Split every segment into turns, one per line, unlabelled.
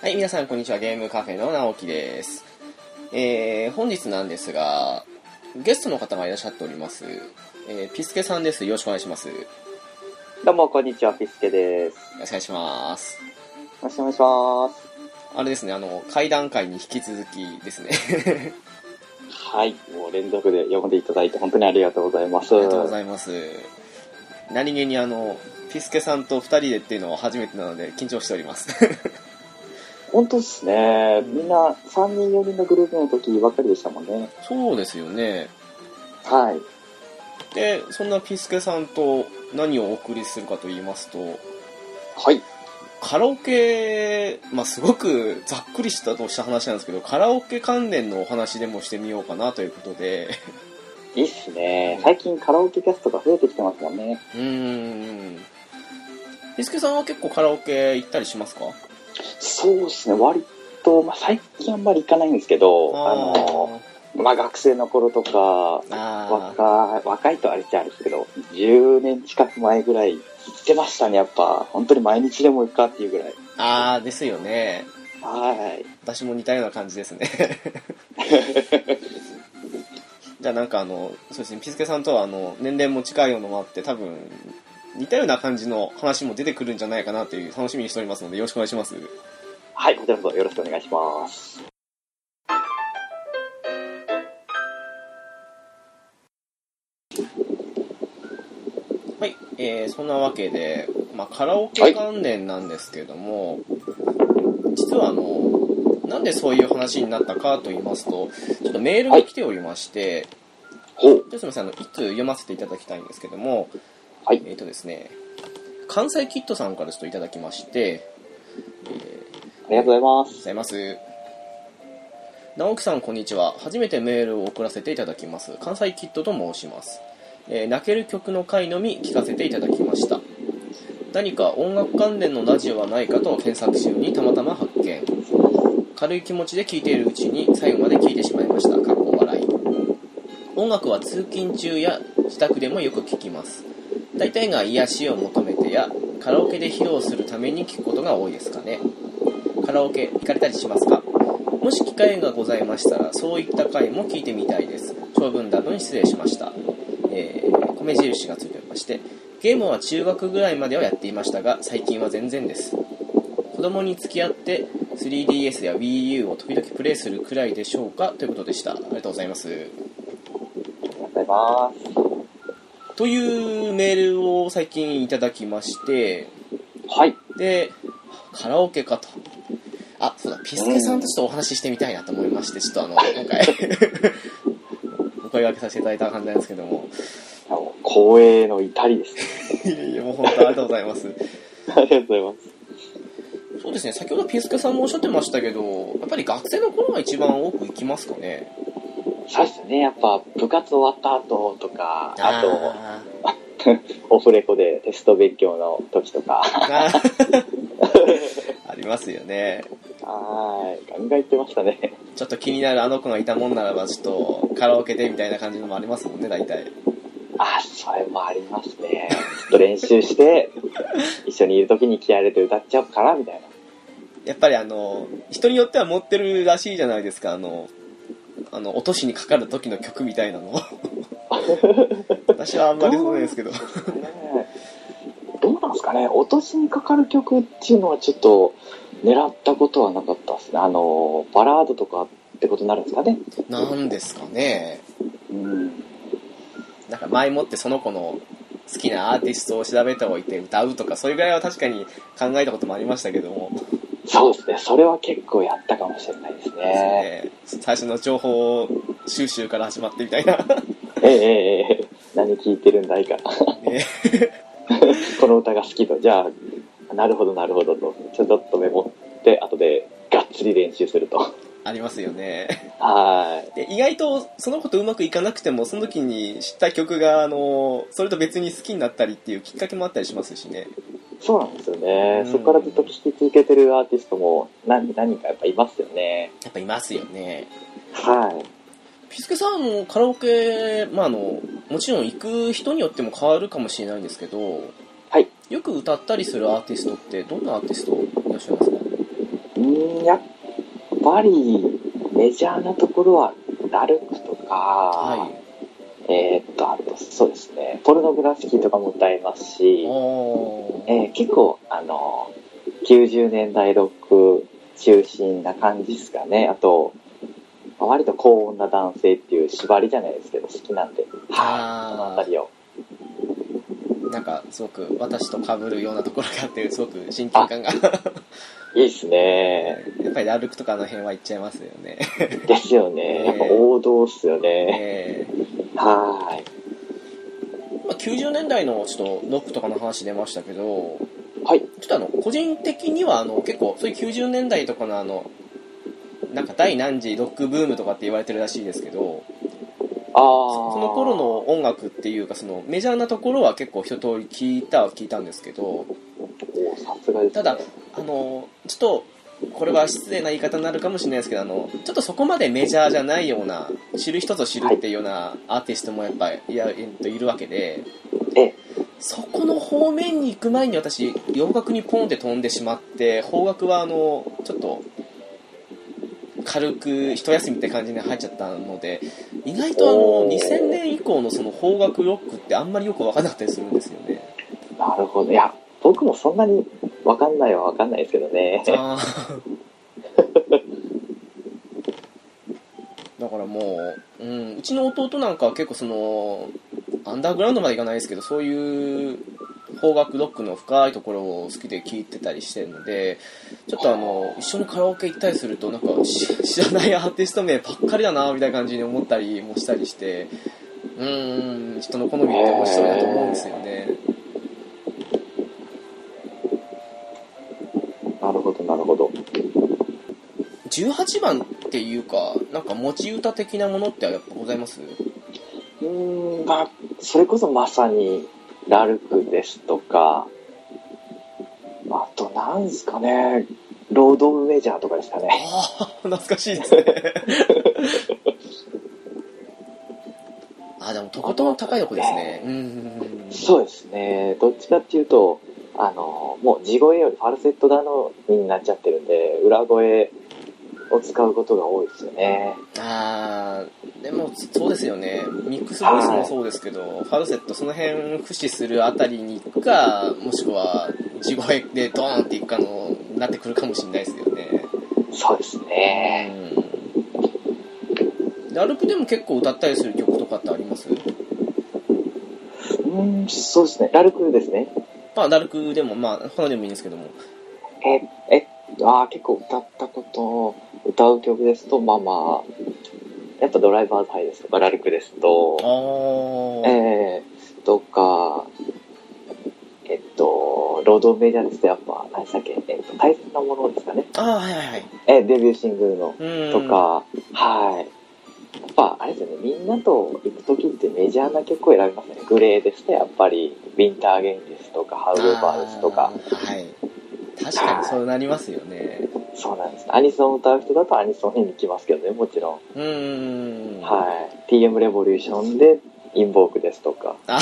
はい、皆さんこんにちは。ゲームカフェの直樹です。えー、本日なんですが、ゲストの方がいらっしゃっております。えー、ピスケさんです。よろしくお願いします。よ
どうも、こんにちは、ピスケです。
ろしくお願いします。
よろしくお願いします。
あれですね、あの、会談会に引き続きですね。
はい、もう連続で読んでいただいて、本当にありがとうございます。
ありがとうございます。何気にあの、ピスケさんと二人でっていうのは初めてなので緊張しております。
本当ですね。
うん
みんな、3人、4人のグループの時ばっかりでしたもんね。
そうですよね。
はい。
で、そんなピスケさんと何をお送りするかと言いますと、
はい。
カラオケ、まあ、すごくざっくりしたとした話なんですけど、カラオケ関連のお話でもしてみようかなということで、
いいっすね。最近カラオケキャストが増えてきてますもんね。
うーん。ピスケさんは結構カラオケ行ったりしますか
そうですね、割と、まあ、最近あんまり行かないんですけど、あの、まあ、学生の頃とか、
あー
若い、若いとあれっちゃあれですけど、10年近く前ぐらい行ってましたね、やっぱ。本当に毎日でも行くかっていうぐらい。
あー、ですよね。
はい。
私も似たような感じです ね。じゃあなんかあの、そうですね、ピスケさんとはあの、年齢も近いようのもあって、多分、似たような感じの話も出てくるんじゃないかなという楽しみにしておりますので、よろしくお願いします。
はい、こちらこそよろしくお願いします。
はい、えー、そんなわけで、まあ、カラオケ関連なんですけれども、実はあの、なんでそういう話になったかと言いますと、ちょっとメールが来ておりまして、
ほう。
ちょっとすみません、あの、一通読ませていただきたいんですけども、
はい
えっ、とですね、関西キッドさんからちょっといただきまして、
ありがとうございま
ご
す。
ざいます。直樹さん、こんにちは。初めてメールを送らせていただきます。関西キッドと申します。えー泣ける曲の回のみ聞かせていただきました。何か音楽関連のラジオはないかと検索中にたまたま発見。軽い気持ちで聴いているうちに最後まで聴いてしまいました。かっこ笑い。音楽は通勤中や自宅でもよく聴きます。大体が癒しを求めてやカラオケで披露するために聴くことが多いですかね。カラオケ行かれたりしますかもし機会がございましたらそういった回も聞いてみたいです長文だ分失礼しました、えー、米印がついておりましてゲームは中学ぐらいまではやっていましたが最近は全然です子供に付き合って 3DS や WiiU を時々プレイするくらいでしょうかということでしたありがとうございます
ありがとうございます。
というメールを最近いただきまして
はい。
でカラオケかとあそうだピスケさんとちょっとお話ししてみたいなと思いましてちょっとあの今回 お声掛けさせていただいた感じなんですけども
あの光栄の至りですね。
いやいやもう本当ありがとうございます
ありがとうございます。
そうですね先ほどピスケさんもおっしゃってましたけどやっぱり学生の頃が一番多く行きますかね
そうですね、やっぱ部活終わった後とか、あと、
あ
オフレコでテスト勉強の時とか、
ーあー ありますよね
はい、ガンガン行ってましたね。
ちょっと気になるあの子がいたもんならばちょっとカラオケでみたいな感じのもありますもんね大体
あ、それもありますね。ちょっと練習して、一緒にいる時に気合入れて歌っちゃおうかな、みたいな。
やっぱりあの人によっては持ってるらしいじゃないですかあのあの落としにかかる時の曲みたいな の私はあんまりそうですけど
ねどうなんですかね、落としにかかる曲っていうのはちょっと狙ったことはなかったですね。あの、バラードとかってことになるんですかね。
なんですかね
うん。
なんか前もってその子の好きなアーティストを調べておいて歌うとかそういうぐらいは確かに考えたこともありましたけども、
そうですね、それは結構やったかもしれないですね。
ですね最初の情報収集から始まってみたいな
ええええええ何聴いてるんだいか。
ね
この歌が好きと、じゃあ、なるほどなるほどと、ちょっとメモって、後でがっつり練習すると。
ありますよね
はい。
で意外とその子とうまくいかなくてもその時に知った曲があのそれと別に好きになったりっていうきっかけもあったりしますしね
そうなんですよね。
うん
そこからずっと聴き続けてるアーティストも何何人かやっぱいますよね。
やっぱいますよね
はい。
ピスケさんもカラオケ、まあ、あのもちろん行く人によっても変わるかもしれないんですけど
はい
よく歌ったりするアーティストってどんなアーティストいらっしゃいますか
うーうんやっぱりメジャーなところはダルクとか、
はい。
えーっとあとそうですねポルノグラフィティとかも歌えますし、
おー。
えー結構あの90年代ロック中心な感じですかねあと割と高音な男性っていう縛りじゃないですけど好きなんで
あー
はいこの辺りを
なんか、すごく私と被るようなところがあって、すごく親近感が。
いいですね
やっぱり歩くとかの辺は行っちゃいますよね。
ですよねやっぱ王道っすよね
え
は
ー、まあ90年代のちょっとロックとかの話出ましたけど、
ーいはい
ちょっとあの、個人的にはあの、結構、そういう90年代とかのあの、なんか第何次ロックブームとかって言われてるらしいですけど、
ああ
そその頃の音楽っていうか、そのメジャーなところは結構一通り聞いたは聞いたんですけど、
おさすがです、ね、
ただあの、ちょっと、これは失礼な言い方になるかもしれないですけど、あの、ちょっとそこまでメジャーじゃないような、知る人ぞ知るっていうようなアーティストもやっぱ、いや、えっと、いるわけで、
ええ
そこの方面に行く前に私、洋楽にポンって飛んでしまって、邦楽はあの、ちょっと、軽く一休みって感じに入っちゃったので、意外とあの、
おー
2000年以降のその邦楽ロックってあんまりよくわからなかったりするんですよね。
なるほどいや僕もそんなにわかんないはわかんないですけどね
あーだからもう、うん、うちの弟なんかは結構そのアンダーグラウンドまでいかないですけどそういう邦楽ロックの深いところを好きで聴いてたりしてるのでちょっとあの一緒にカラオケ行ったりするとなんかし知らないアーティスト名ばっかりだなみたいな感じに思ったりもしたりしてうーん人の好みって面白いなと思うんですよね。
なるほどなるほど
18番っていうか、なんか持ち歌的なものってやっぱございます
うーんまあそれこそまさにラルクですとかあとなんですかねロード・オブ・メジャーとかですか
あ
ね
あ、懐かしいですね。 あ、でもとことん高いとこですね。うんうんうん。
そうですねどっちかっていうとあのもう地声よりファルセットだのになっちゃってるんで裏声を使うことが多いですよね
ああ、でもそうですよね。ミックスボイスもそうですけど、ファルセットその辺駆使するあたりに行くか、もしくは地声でドーンっていくかの、なってくるかもしれないですよね。
そうですね
うん。アルプでも結構歌ったりする曲とかってあります
うーんそうですねラルクですね
まあ、ダルクでも、まあ、他のでもいいんですけども。
ええあー結構歌ったこと歌う曲ですとまあまあやっぱドライバーズハイですとかラルクですと
ああ、
えー、とか、えっと、労働メジャーですと、やっぱ、何でしたっけ、えっと、大切なものですかね。
ああ、はいはいはい。
えーデビューシングルの、
うん。
と。か、はい。やっぱ、あれですよね、みんなと行くときってメジャーな曲を選びますね。グレーですと、やっぱり、ウィンターゲインですとか、ハウエバーですとか、。
はい。確かにそうなりますよね。
そうなんです。アニソンを歌う人だとアニソンに行きますけどね、もちろん。
うーん。い。
はい。TM レボリューションで、インボークですとか。
あ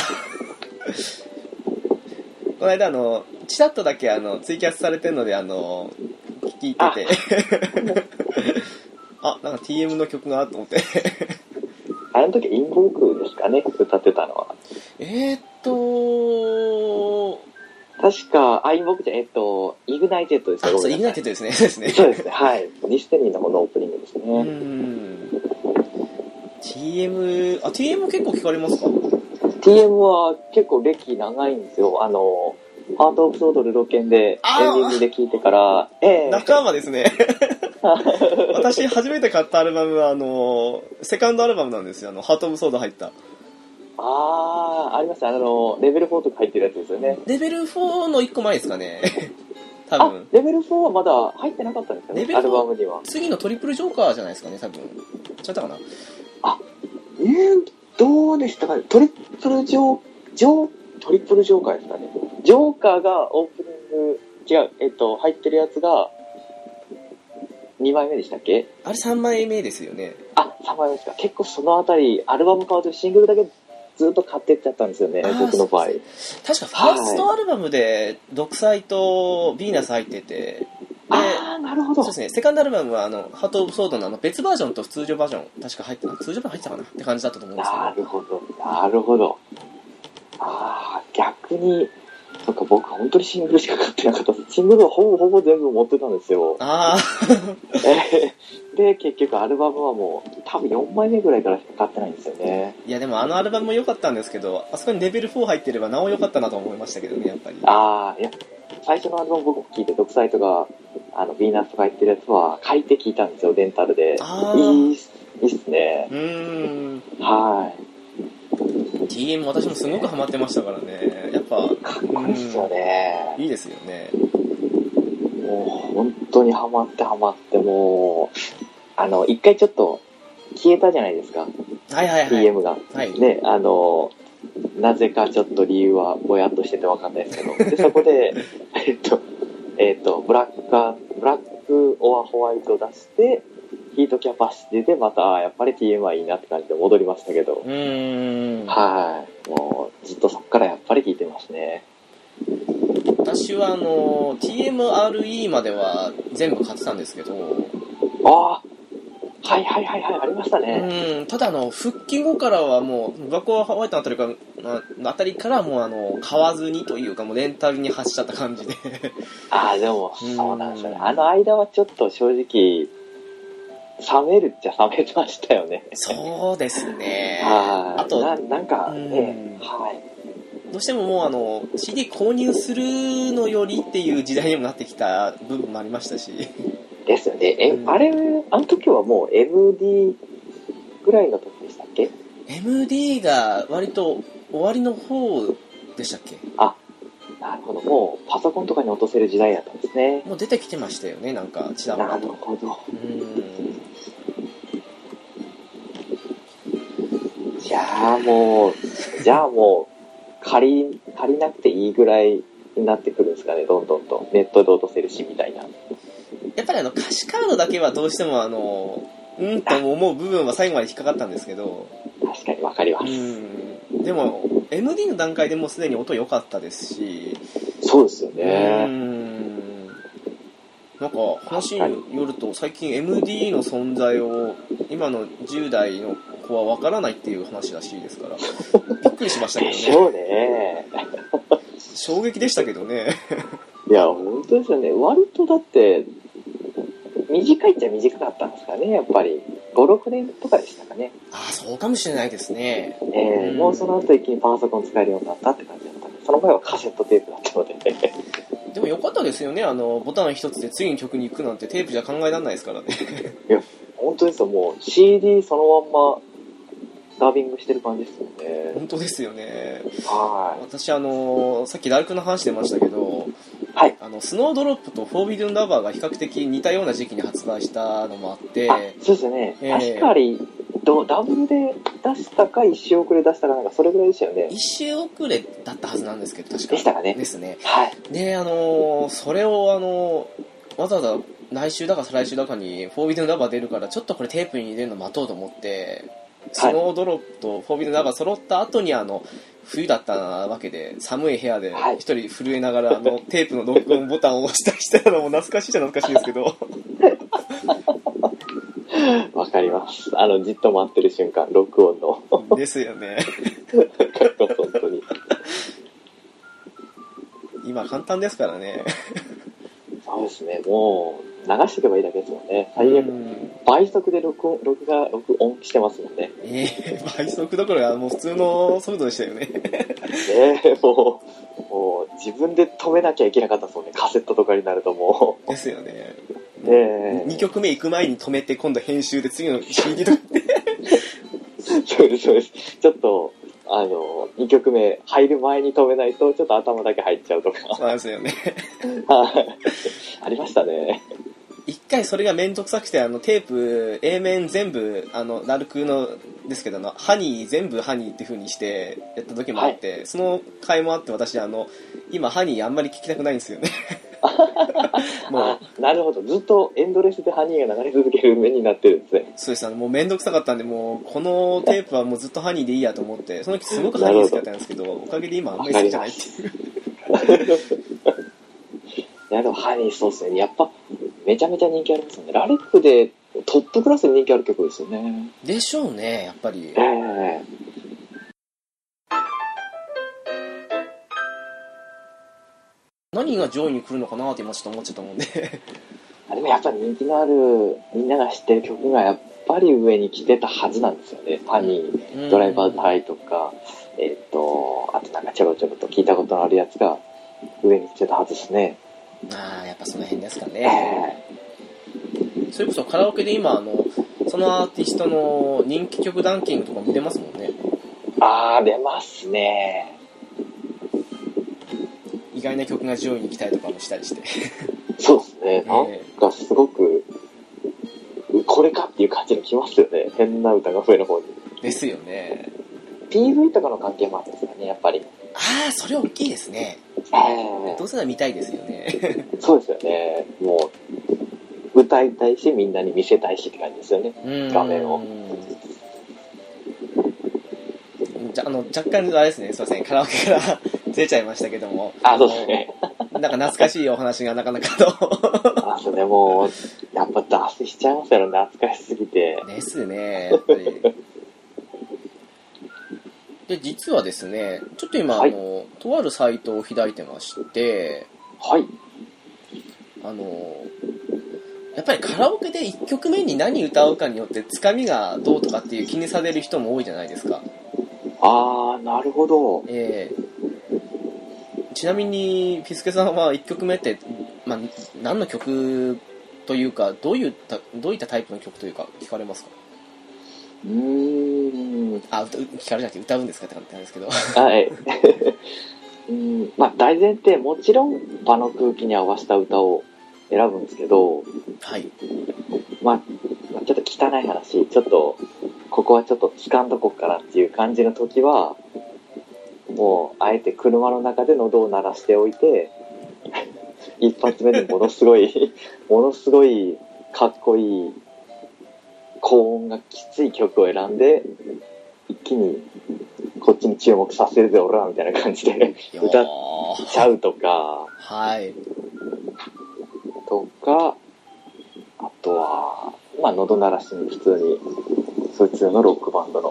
この間、あの、チラッとだけ、あの、ツイキャスされてるので、あの、聞いてて。 あ、なんか TM の曲があると思って。
あれの時、インボークですかね、歌ってたのは。
えーっと、
確か、あ、インボクじゃ、えっと、イグナイテッドです
あ、
よ。
そう、イグナイ
テ
テッドですね。そうですね。
そうですね。はい。ミステリーの方のオープニングですね。
うん TM、あ、TM 結構聞かれますか
TM は結構歴長いんですよ。あの、ハート・オブ・ソードルロケンで
あー
エンディングで聴いてから、ええ
仲間ですね。私、初めて買ったアルバムは、あの、セカンドアルバムなんですよ。あの、ハート・オブ・ソード入った。
ああ、ありますね。あの、レベル4とか入ってるやつですよね。
レベル4の1個前ですかね。多
あ
分、。
レベル4はまだ入ってなかったんですか
レベル4
ね、アルバムには。
次のトリプルジョーカーじゃないですかね、多分。ちゃったかな
えー、どうでしたかねトリプルジョー、ジョー、トリプルジョーカーですかね。ジョーカーがオープニング、違う、えっと、入ってるやつが、2枚目でしたっけ
あれ3枚目ですよね。
あ、3枚目ですか。結構そのあたり、アルバム買うとシングルだけずっと買ってっちゃったんですよね
あー、
僕の場合。
確かファーストアルバムで、独裁とヴィーナス入ってて、
ああ、なるほど。
そうですね、セカンドアルバムはあの、ハート・オブ・ソードのあの別バージョンと通常バージョン、確か入ってた、通常バージョン入ってたかなって感じだったと思うんですけど
な、るほど。なるほど。ああ、逆に、なんか僕本当にシングルしか買ってなかったです。シングルはほぼほぼ全部持ってたんです よ。
あ
えーで、結局アルバムはもう多分4枚目ぐらいからしか買ってないんですよね。
ー、いやでもあのアルバムも良かったんですけど、あそこにレベル4入ってればなお良かったなと思いましたけどね、やっぱり。
ああ、いや、最初のアルバム僕も聞いて、独裁とか、あの、ヴィーナスとか言ってるやつは書いて聞いたんですよ、レンタルで。
あ
い
ー
いっす、いいっすね。
うーん、
は
TM 私もすごくハマってましたからね、やっぱ、
い。かっこいいっすよね。
いいですよね。
もう本当にハマってハマって、もう、あの、一回ちょっと消えたじゃないですか、
はいはいはい。
TM が。
はい。
ね、あの、なぜかちょっと理由はぼやっとしててわかんないですけど。で、そこで、 えっと、えっと、ブラックか、ブラックオアホワイト出して、ヒートキャパシティでまた、あやっぱり TM はいいなって感じで戻りましたけど
う。ーん。
はい。もう、ずっとそっからやっぱり聞いてますね。
私はあの、TMRE までは全部買ってたんですけど、う
ああはいはいはいはい、ありましたね。
ーん、ただあの、復帰後からはもう、学校ホワイトのあたりから、ああたりからもうあの、買わずにというか、もうレンタルに走っちゃった感 じで。
ああ、でも、
うん
そうなんですよね。あの間はちょっと正直、冷めるっちゃ冷めましたよね。
そうですね。
はい。
あと
な、なんかね、
うん
はい。
どうしてももうあの、CD 購入するのよりっていう時代にもなってきた部分もありましたし。
ですよね。え、
うん
あれ、あの時はもう MD ぐらいの時でしたっけ
MD が割と終わりの方でしたっけ
なるほど。もうパソコンとかに落とせる時代だったんですね。
もう出てきてましたよね、なんか、ちらほ
な
ら
る
と。
ほど。
うん。
じゃあもう、じゃあもう、借り、借りなくていいぐらいになってくるんですかね、どんどんと。ネットで落とせるし、みたいな。
やっぱりあの、歌詞カードだけはどうしてもあの、うんと思う部分は最後まで引っかかったんですけど、
確かにわかりま
う
す。
ん。でも、MD の段階でもうすでに音良かったですし、
そうですよ
う
ね。
ん。なんか、話によると、最近 MD の存在を、今の10代の子はわからないっていう話らしいです から、びっくりしましたけ
で
ど
し
ね。
ょうね。
衝撃でしたけどね。
いや、本当ですよね。割とだって、短いっちゃ短かったんですかね、やっぱり。5、6年とかでしたかね。
ああ、そうかもしれないですね。
えー
うん
もうその後一気にパソコン使えるようになったって感じだったんで、その前はカセットテープだったので、
でも良かったですよね、あの、ボタン一つで次の曲に行くなんてテープじゃ考えられないですからね。
本当ですよ、もう CD そのまんまダビングしてる感じですよね。
本当ですよね。
は
私、あの、さっきダルクの話出ましたけど、
はい
あの、スノードロップとフォービドゥンラバーが比較的似たような時期に発売したのもあって
い。、あ、そうですよね。
えー
確かに、どダブルで出したか、一周遅れ出したかなんか、それぐらいでしたよね。
一周遅れだったはずなんですけど、確か。
でしたかね
ですね。
はい。
で、あの、それを、あの、わざわざ来週だか再来週だかに、フォービドゥンラバー出るから、ちょっとこれテープに入れるの待とうと思って、スノードロップとフォービドゥンラバー揃った後に、あの、冬だったわけで、寒い部屋で
はい、
一人震えながら、あ の、テープの録音ボタンを押したりしたのも懐かしいじゃ懐かしいですけど、
わかります。あの、じっと待ってる瞬間、録音の。
ですよね。
本当に。
今簡単ですからね。
そうですね、もう、流しておけばいいだけですもんね。最
う
悪、
ん
倍速で録音、録画、録音してますもんね。
えー倍速どころか、もう普通の速度でしたよ ね。
ねえ、もう、もう、自分で止めなきゃいけなかったですもんね。カセットとかになるとも
ですよね。
う。ねえ。
2曲目行く前に止めて、今度編集で次 の CD とか。
そうです、そうです。ちょっと、あの、2曲目入る前に止めないと、ちょっと頭だけ入っちゃうとか。
そうなんですよね。
はい。ありましたね。
一回それがめんどくさくて、あの、テープ、A 面全部、あの、ラルクの、ですけど、あの、ハニー全部ハニーって風にしてやった時もあって、その回もあって私、あの、今ハニーあんまり聞きたくないんです よね。も
あ
う、
なるほど。ずっとエンドレスでハニーが流れ続ける目になってるんですね。
そうです、あの、もうめんどくさかったんで、もう、このテープはもうずっとハニーでいいやと思って、その時すごくハニー好きだったんですけど、おかげで今あんまり好き じゃないっていう。
いやでもハニーそうですねやっぱめちゃめちゃ人気ありますよね。ラレックでトップクラスに人気ある曲ですよね。
でしょうね、やっぱり
え。え
何が上位に来るのかなって今ちょっと思っちゃったもんで。
あでもやっぱ人気のある、みんなが知ってる曲がやっぱり上に来てたはずなんですよね。ファニー、ドライバーズハイとか、えっ、と、あとなんかちょろちょろと聞いたことのあるやつが上に来てたはずですね。
ああ、やっぱその辺ですか
え
ね。
え
それこそカラオケで今、あの、そのアーティストの人気曲ランキングとか見れますもんね。
あー、出ますね。
意外な曲が上位に来たりとかもしたりして。
そうですね。なんかすごく、これかっていう感じがきますよね。変な歌が上の方に。
ですよね。
PV とかの関係もあるんですかね、やっぱり。
ああ、それ大きいですね。
ええ
どうせなら見たいですよね。
そうですよね。もう、歌いたいし、みんなに見せたいしって感じですよね。画面を
じゃあの若干あれですねすいませんカラオ ケからずれちゃいましたけども
あ、そうですね。
なんか懐かしいお話がなかなか と
あ、それもう、やっぱ脱線しちゃいますよね、懐かしすぎて。
ですねやっぱりで実はですねちょっと今、
はい
あのとあるサイトを開いてまして
はい。
あのやっぱりカラオケで1曲目に何歌うかによってつかみがどうとかっていう気にされる人も多いじゃないですか
あー、なるほど。
えーちなみにピスケさんは1曲目って、まあ、何の曲というかどういったどういったタイプの曲というか聞かれますか
うーん。
あ歌う聞かれじゃなくて歌うんですかって感じなんですけど
はい。うんまあ、大前提、もちろん場の空気に合わせた歌を選ぶんですけど、
はい
まあ、まあちょっと汚い話、ちょっと、ここはちょっと掴んどこっかなっていう感じの時は、もう、あえて車の中で喉を鳴らしておいて、一発目でものすごい、 ものすごいかっこいい、高音がきつい曲を選んで、一気に、こっちに注目させるぜ、俺らみたいな感じで、
よ
歌っ
ー
ちゃうとか、
はい
とか、あとは、まあ、喉鳴らしに普通に、そいつのロックバンドの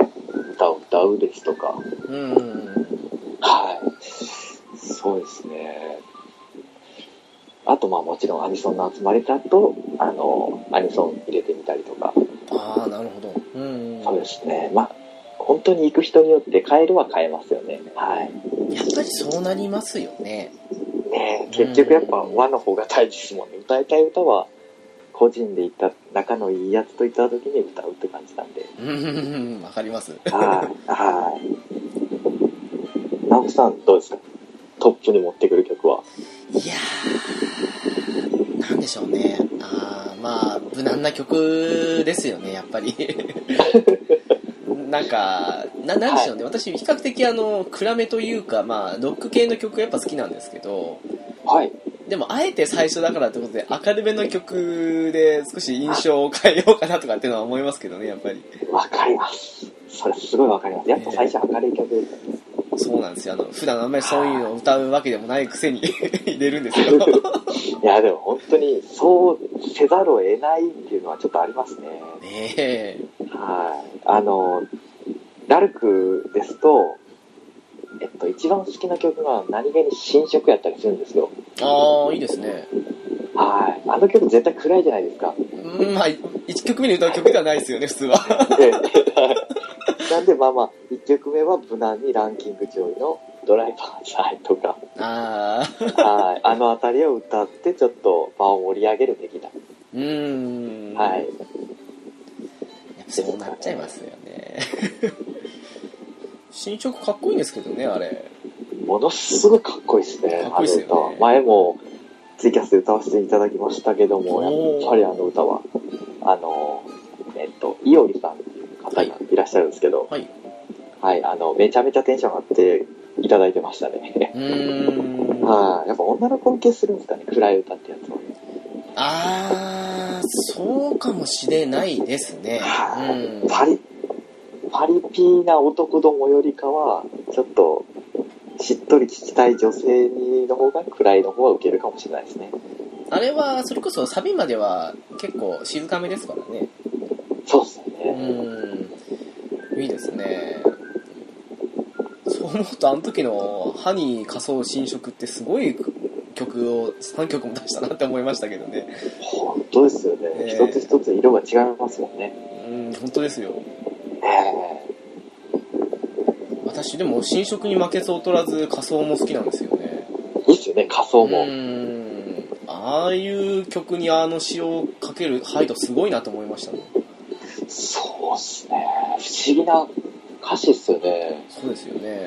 歌を歌うですとか、
うん
はい。そうですね。あと、まあ、もちろんアニソンの集まりだと、あの、アニソン入れてみたりとか、
ああなるほどうん
そうですね。まあ、本当に行く人によって変えるは変えますよね。はい。
やっぱりそうなりますよね
ねえ結局やっぱ和の方が大事ですもんね。歌いたい歌は、個人で行った、仲のいいやつと行った時に歌うって感じなんで。
うんわかります
はい、はい。直樹さん、どうですかトップに持ってくる曲は。
いやーなんでしょうねあーまあ無難な曲ですよねやっぱり なんかななんでしょうね、私比較的あの暗めというかまあロック系の曲がやっぱ好きなんですけど
はい。
でもあえて最初だからってことで明るめの曲で少し印象を変えようかなとかっていうのは思いますけどねやっぱり
わかります。それすごいわかります。やっぱ最初明るい曲ですよね。
そうなんですよあの普段あんまりそういうのを歌うわけでもないくせに 入れるんです よ
いや、でも本当にそうせざるを得ないっていうのはちょっとありますね。
ねえ
はい。あの、ダルクですと、えっと、一番好きな曲が何気に新色やったりするんですよ。
ああいいですね
はい。あの曲絶対暗いじゃないですか。
うんまあ、1曲目に歌う曲ではないですよね、普通は。
でなんでまあまあ1曲目は無難にランキング上位の「ドライバーズアイ」とか
ああ、
はい あの辺りを歌ってちょっと場を盛り上げるべきだ、
うーん。
はい。
やっぱそうなっちゃいますよね。 新曲かっこいいんですけどね、あれ。
ものすごいかっこいいですね
かっこいいっすよね
あの歌は前もツイキャスで歌わせていただきましたけども
おー
やっぱりあの歌はあのえっといおりさんっていう方がいらっしゃるんですけど
はい。
はい、あのめちゃめちゃテンション上がっていただいてましたね
うーん。
はいやっぱ女の子向けするんですかね暗い歌ってやつは
ああ、そうかもしれないですね。うん。
パリ、パリピーな男どもよりかは、ちょっと、しっとり聞きたい女性にの方が、くらいの方は受けるかもしれないですね。
あれは、それこそサビまでは結構静かめですからね。
そうっすよ
う
ね。
ーん、いいですね。そう思うと、あの時のハニー仮想新色ってすごい曲を3曲も出したなって思いましたけどね。
本当ですよね。
ええ
一つ一つ色が違いますよね。
うん、本当ですよ。
ええ
私でも新色に負けず劣らず仮装も好きなんですよね。
いいっすよね、仮想も。
ん、ああいう曲にあの詩をかけるハイドすごいなと思いましたね。
そうっすね。不思議な歌詞っすよね。
そうですよね。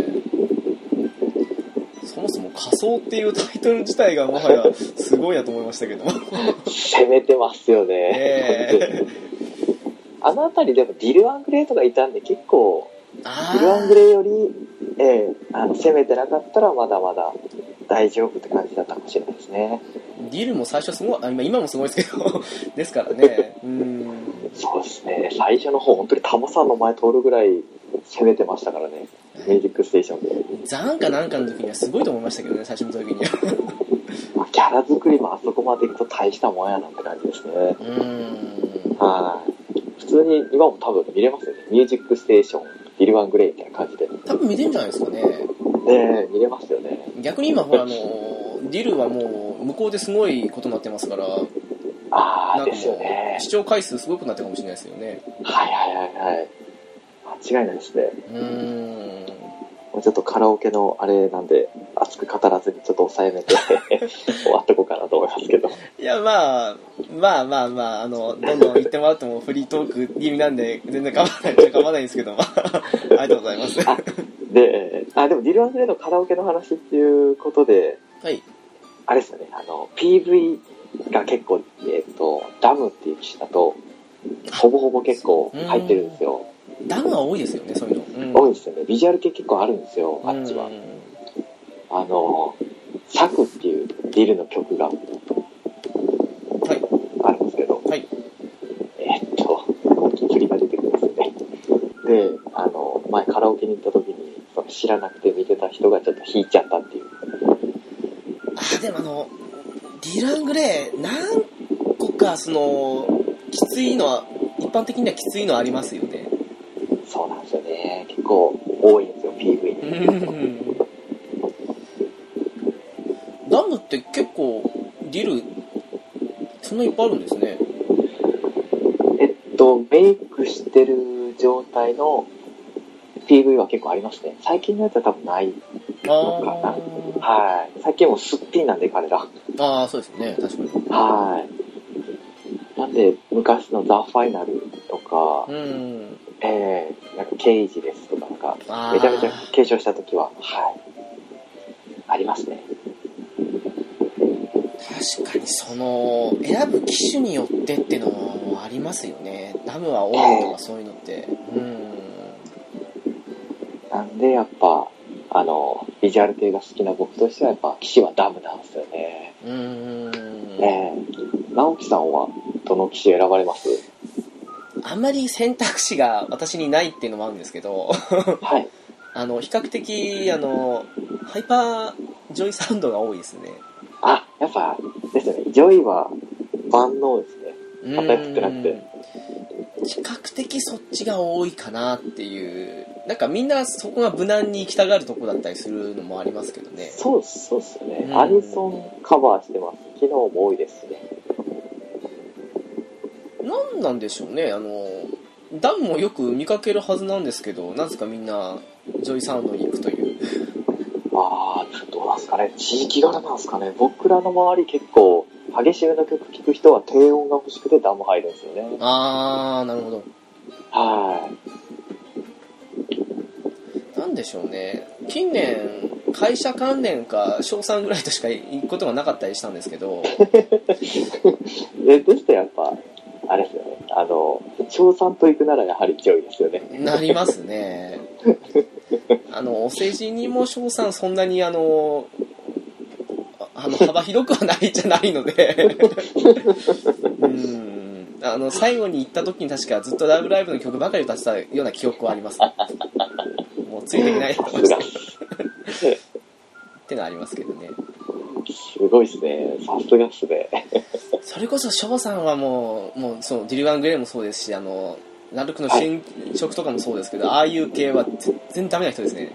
そもそも仮想っていうタイトル自体がもはやすごいなと思いましたけど。
攻めてますよね。 本当に
え
あのあたりでもディル・アングレイとかいたんで結構、
あ
ディル・アングレイより、ええあの攻めてなかったらまだまだ大丈夫って感じだったかもしれないですね。
ディルも最初すごい、あ今今もすごいですけど、 ですからね。うん。
そうですね。最初の方、本当にタモさんの前通るぐらい攻めてましたからね。ミュージックステーションで。
ザンかなんかの時にはすごいと思いましたけどね、最初の時には。
まあ、キャラ作りもあそこまで行くと大したもんやなって感じですね。
うん。
はい。普通に今も多分見れますよね。ミュージックステーション、ディル・アングレイみたいな感じで。ね
多分見てんじゃないですかね。
え見れますよね。
逆に今、ほら、あの、ディルはもう、向こうですごいことになってますから、
あ
な
あ、
んか
ですよ
も
ね
う、。視聴回数すごくなってるかもしれないですよね。
はいはいはいはい。間違いないですね。
うん。
もうちょっとカラオケのあれなんで、熱く語らずにちょっと抑えめて 終わっとこうかなと思いますけど。
いや、まあ、まあまあまあ、あの、どんどん言ってもらってもフリートーク気味なんで、全然構わないっちゃ構わないんですけど、ま あ、ありがとうございます。は
で、えーあ、でもディル・アングレイのカラオケの話っていうことで、
い。
あれですよね、あの、PV が結構、えっ、と、ダムっていう機種だと、ほぼほぼ結構入ってるんですよ。
ダムは多いですよね、そういうの。
多
い、
いですよね。ビジュアル系結構あるんですよ、あっちは
う。ん
あの、サクっていうディルの曲が
はい。
あるんですけど、
はい
えーっと、大きい振りが出てくるんですよね。で、あの、前カラオケに行った時に、その知らなくて見てた人がちょっと弾いちゃったっていう。
あ、でもあの、ディラン・グレー、何個か、その、きついのは、一般的にはきついのありますよね。
そうなんですよね。結構多いんですよ、PV
う
に。
んダムって結構、ディル、そんないっぱいあるんですね。
えっと、メイクしてる状態の PV は結構ありますね。最近のやつは多分ない。
あ
はい。最近はもうすっぴんなんで、彼ら。
ーあー、そうですね、確かに。
はい。なんで、昔のザ・ファイナルとか、
うん。
えー、なんか刑事ですとか、なんか、
あー
めちゃめちゃ継承したときは、はい。ありますね。
確かにその選ぶ機種によってってのもありますよねダムは多いとかそういうのってうん
なんで、やっぱ、あの、ビジュアル系が好きな僕としては、やっぱ、騎士はダムなんですよね。
うん
えー、直樹さんは、どの騎士選ば れます
あんまり選択肢が私にないっていうのもあるんですけど
はい。
あの比較的あのハイパージョイサウンドが多いですね
あ、やっぱ、ですよね。ジョイは、万能ですね。
うん
偏ってなくて
比較的そっちが多いかなっていうなんかみんなそこが無難に行きたがるとこだったりするのもありますけどね
そうっす、そうっすよね
う。ん
アニソンカバーしてます。機能も多いですしね。
なんなんでしょうねあのダムもよく見かけるはずなんですけどなぜかみんなジョイサウンドに行くという
ああ、どうなんすかね。地域柄なんすかね。僕らの周り結構、激しめの曲聴く人は低音が欲しくてダム入るんですよね。
あーなるほど
は
なんでしょうね近年会社関連か賞賛ぐらいとしか行くことがなかったりしたんですけど
い。で、ですとやっぱ、あれですよね。あの、賞賛と行くならやはり強いですよね。
なりますねあのお世辞にも賞賛そんなにあのああの幅広くはないじゃないのでうんあの最後に行った時に確かずっと「ライブライブ!」の曲ばかり歌ってたような記憶はあります、ね、もうついていけない
さすが。
ってのはありますけどね
すごいっすね。さすがっすね。
それこそ翔さんはもうもうそのディル・ワン・グレイもそうですしあのラルクの新職とかもそうですけど、ああいう系は全然ダメな人ですね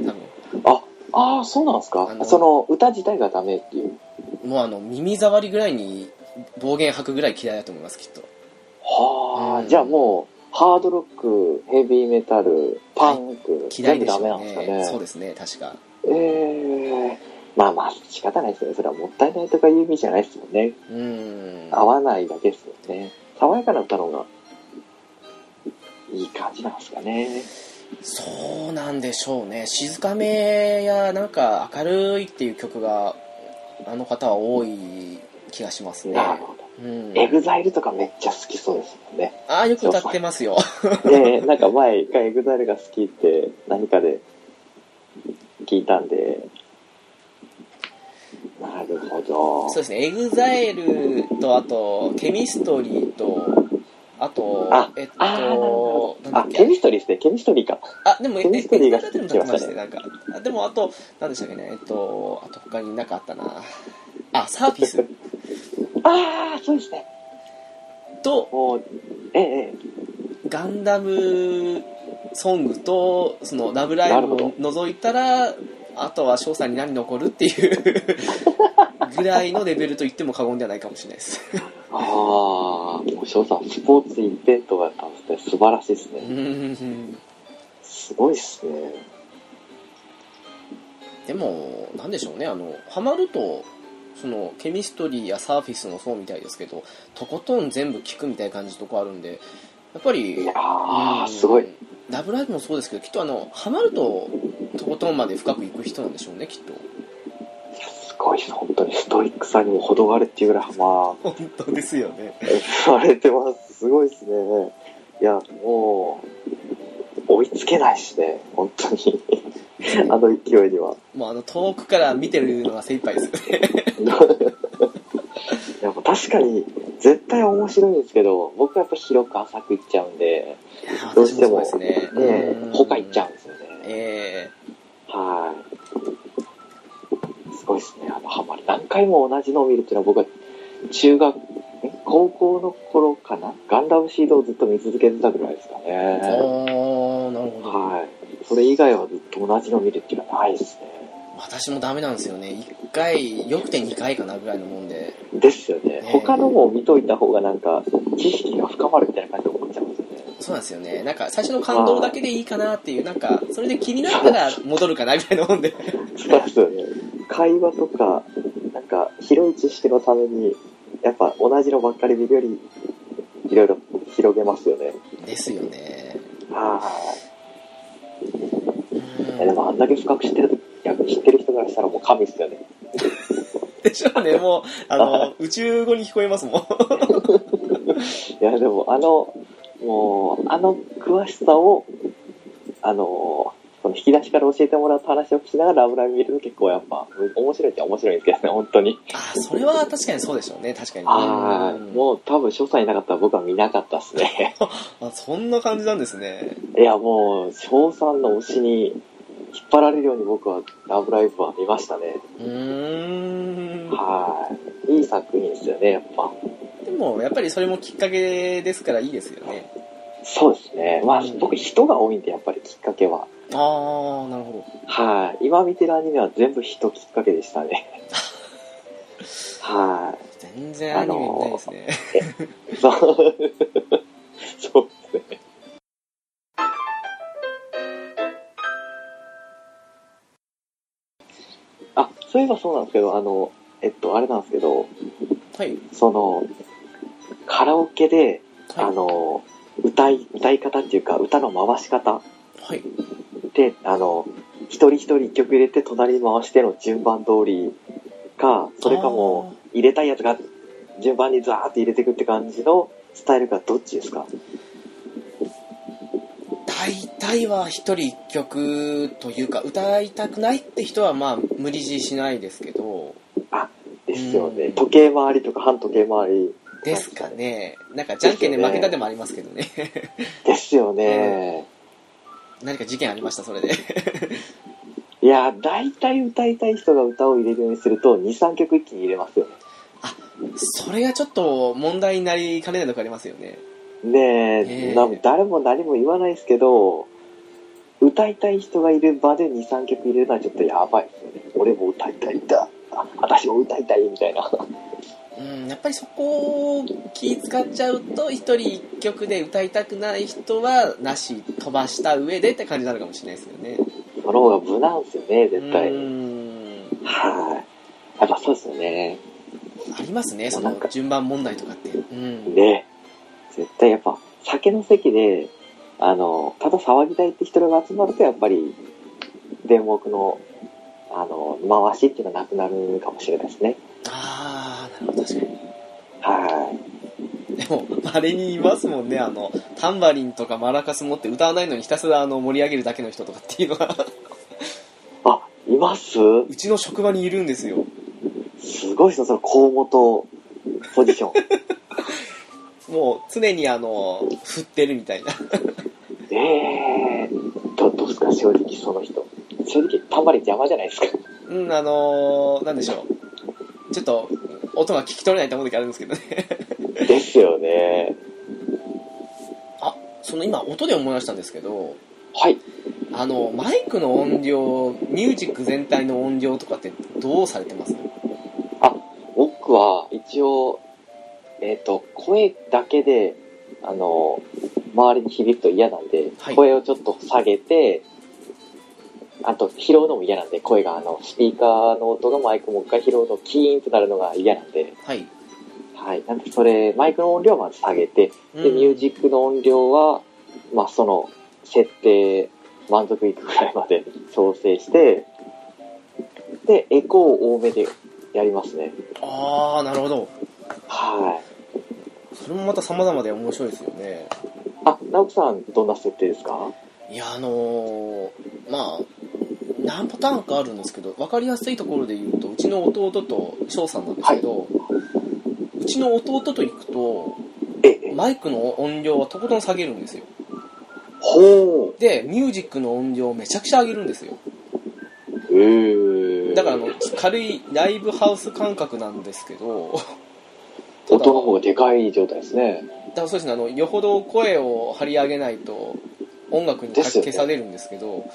多
あ、ああ、そうなんです
あ
か
の
その、歌自体がダメっていう。
分もうあの耳障りぐらいに暴言吐くぐらい嫌いだと思いますきっと
は
う
あ、
ん
じゃあもう、ハードロック、ヘビーメタル、パンク、
嫌い
全部
でしょ
ダ
う
メ
ね
なんですかね。
そうですね確か
ええまあまあ、仕方ないですよね。それはもったいないとかいう意味じゃないですもんね。
うーん
合わないだけですよね。爽やかな歌の方が、いい感じなんですかね。
そうなんでしょうね静かめやなんか明るいっていう曲があの方は多い気がしますね
なるほど。
うん
エグザイルとかめっちゃ好きそうですもんね。
ああよく歌ってますよ
で、なんか前一回エグザイルが好きって何かで聞いたんで。なるほ ど。
そうですね、エグザイルと、あと、ケミストリーと、あと、
あ
えっ
あーなるほ
と、なんだ
あ
っ、
ケ
け、
ミストリーですね。ケミストリーか。
あ、でも、え
ケミストリーが
エグザイルでも歌ってましたね、なんか。あでも、あと、なんでしたっけね、えっと、あと他になかったな。あ、サーフィス
ああ、そうですね。
と、
もう、ええええ、
ガンダムソングと、その、ラブライブ
なる
を除いたら、あとは翔さんに何残るっていうぐらいのレベルと言っても過言ではないかもしれないです。
ああ、もう翔さん、スポーツイベントがあったんですね。素晴らしいです
う
ね。
ん
すごいですね。
でもなんでしょうねあのハマるとそのケミストリーやサーフィスもそうみたいですけどとことん全部聞くみたいな感じのとこあるんでやっぱり
いやー、
うん
すごい。
ラブライブもそうですけどきっとあのハマるととことんまで深く行く人なんでしょうねきっと
いやすごいです。本当にストイックさにも程があるっていうぐらい、まあ、
本当ですよね
言われてます。すごいですね。いや、もう、追いつけないしね。本当に。あの勢いには。
もうあの遠くから見てるのが精一杯ですよね
いやもう確かに、絶対面白いんですけど、僕はやっぱ広く浅く行っちゃうんで、
いやー
どうして
私
も、
そうですね
ね
うん
他行っちゃうんですよね。
え
はい。すごいですね。あの、ハマる。何回も同じのを見るっていうのは僕は、中学、ん高校の頃かなガンダムシードをずっと見続けてたぐらいですか
えー、あ
ね。
あなるほど
はい。それ以外はずっと同じのを見るっていうのはないですね。
私もダメなんですよね1回よくて2回かなぐらいのもんで
ですよね
ね。
他のも見といた方がなんか、知識が深まるみたいな感じで思っちゃうんですよね。
そうなんですよね。なんか、最初の感動だけでいいかなっていう、なんか、それで気になったら戻るかなみたいなもんで。
そうですよね。会話とか、なんか、広い知識のために、やっぱ同じのばっかり見るより、いろいろ広げますよね。
ですよね。
は
う
いや。で
ん
もあんだけ深く知ってる、いや知ってる人からしたらもう神ですよね。
でしょうね、もう、あの、宇宙語に聞こえますもん。
いや、でもあの、もう、あの詳しさを、あの、その引き出しから教えてもらった話をしながらラブライブ見ると結構やっぱ、面白いっちゃ面白いんですけどね、本当に。
あ、それは確かにそうでしょうね、確かに。
は
う
い。
ん
もう多分、所作いなかったら僕は見なかったっすね。
あそんな感じなんですね。
いや、もう、翔さんの推しに引っ張られるように僕は、ラブライブは見ましたね。
うーん。
はい。いい作品ですよね、やっぱ。
でも、やっぱりそれもきっかけですからいいですよね。
そうですね。まあ
うん、
僕、人が多いんで、やっぱりきっかけは。
あー、なるほ
はい。今見てるアニメは全部人きっかけでし たね。は
ど。全然アニメ見ないですね。
い。そうそうですね。あ、そういえばそうなんですけど、あの、えっと、あれなんですけど、
はい。
その、カラオケで、あ
はい。
の、歌い、歌い方っていうか、歌の回し方
はい。
で、あの、一人一人一曲入れて、隣に回しての順番通りか、それかもう、入れたいやつが、順番にザーって入れていくって感じのスタイルがどっちですか
大体は一人一曲というか歌いたくないって人はまあ無理強いしないですけど
ですよ
う
ね。
ん
時計回りとか反時計回り
ですかねなんかじゃんけんで負けたでもありますけどね
ですよね。
何か事件ありましたそれで
いやー、大体歌いたい人が歌を入れるようにすると、2、3曲一気に入れますよ
それがちょっと問題になりかねないとこありますよね。
ね。
ねえ
ねえ、な誰も何も言わないですけど、歌いたい人がいる場で2、3曲入れるのはちょっとやばいですよね。俺も歌いたいんだ。あ私も歌いたいみたいな。
うん、やっぱりそこを気使っちゃうと、一人一曲で歌いたくない人は、なし、飛ばした上でって感じになるかもしれないですよね。
その方が無難ですよね、絶対
う。ん。
はい。やっぱそうですよね。
ありますね、その順番問題とかって。うん。
ね絶対やっぱ、酒の席で、あの、ただ騒ぎたいって人が集まると、やっぱり、電木の、あの、回しっていうのがなくなるかもしれないですね。
ああ、なるほど、確かに。
は
でも、あれにいますもんね、あの、タンバリンとかマラカス持って歌わないのにひたすらあの盛り上げるだけの人とかっていうのが、
い。あ、います
うちの職場にいるんですよ。
すごいですね、その、高元ポジション。
もう常にあの、振ってるみたいな。
ねえど、どうですか、正直その人。正直、たんまり邪魔じゃないですか。
うん、あのー、なんでしょう。ちょっと、音が聞き取れないと思う時あるんですけどね。
ですよね。
あ、その今、音で思い出したんですけど、
はい。
あの、マイクの音量、ミュージック全体の音量とかってどうされてます
僕は一応、えっと声だけであの周りに響くと嫌なんで、
はい
声をちょっと下げてあと拾うのも嫌なんで声があのスピーカーの音がマイクもう一回拾うとキーンとなるのが嫌なんで、
はい。
はい、なんでそれマイクの音量はまず下げて
うん
でミュージックの音量は、まあ、その設定満足いくぐらいまで調整してでエコーを多めでやりますね
ああ、なるほど。
はい
それもまた様々で面白いですよね。
あ、直樹さん、どんな設定ですか
いや、あのーまあ、何パターンかあるんですけど、分かりやすいところで言うと、うちの弟と翔さんなんですけど、うちの弟と行くと、
ええ、
マイクの音量はとことん下げるんですよ。
ほ
で、ミュージックの音量をめちゃくちゃ上げるんですよ。
う。へえ。
だからあの、軽いライブハウス感覚なんですけど、ただ
音の方がでかい状態ですね。
だからそうですねあのよほど声を張り上げないと音楽にかき消されるんですけど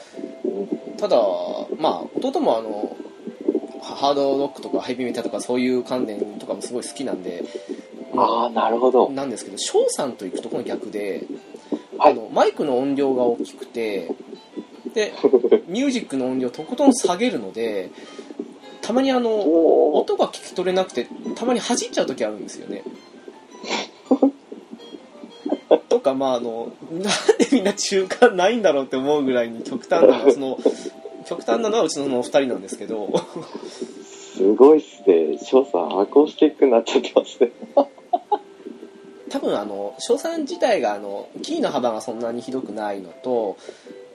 ただまあ弟もあのハハードロックとかヘビーメタルとかそういう関連とかもすごい好きなんで
ああ、なるほど。
なんですけど翔さんと行くとこの逆で、
はい
あのマイクの音量が大きくて でミュージックの音量をとことん下げるのでたまにあの
おお。
音が聞き取れなくてたまに弾いちゃう時あるんですよ ねとかまああのなんでみんな中間ないんだろうって思うぐらいに極端なのはその極端なのはうちのそのお二人なんですけど
すごいっすね。翔さん、アコースティックになっちゃってますね。
多分あの賞賛自体があのキーの幅がそんなにひどくないのと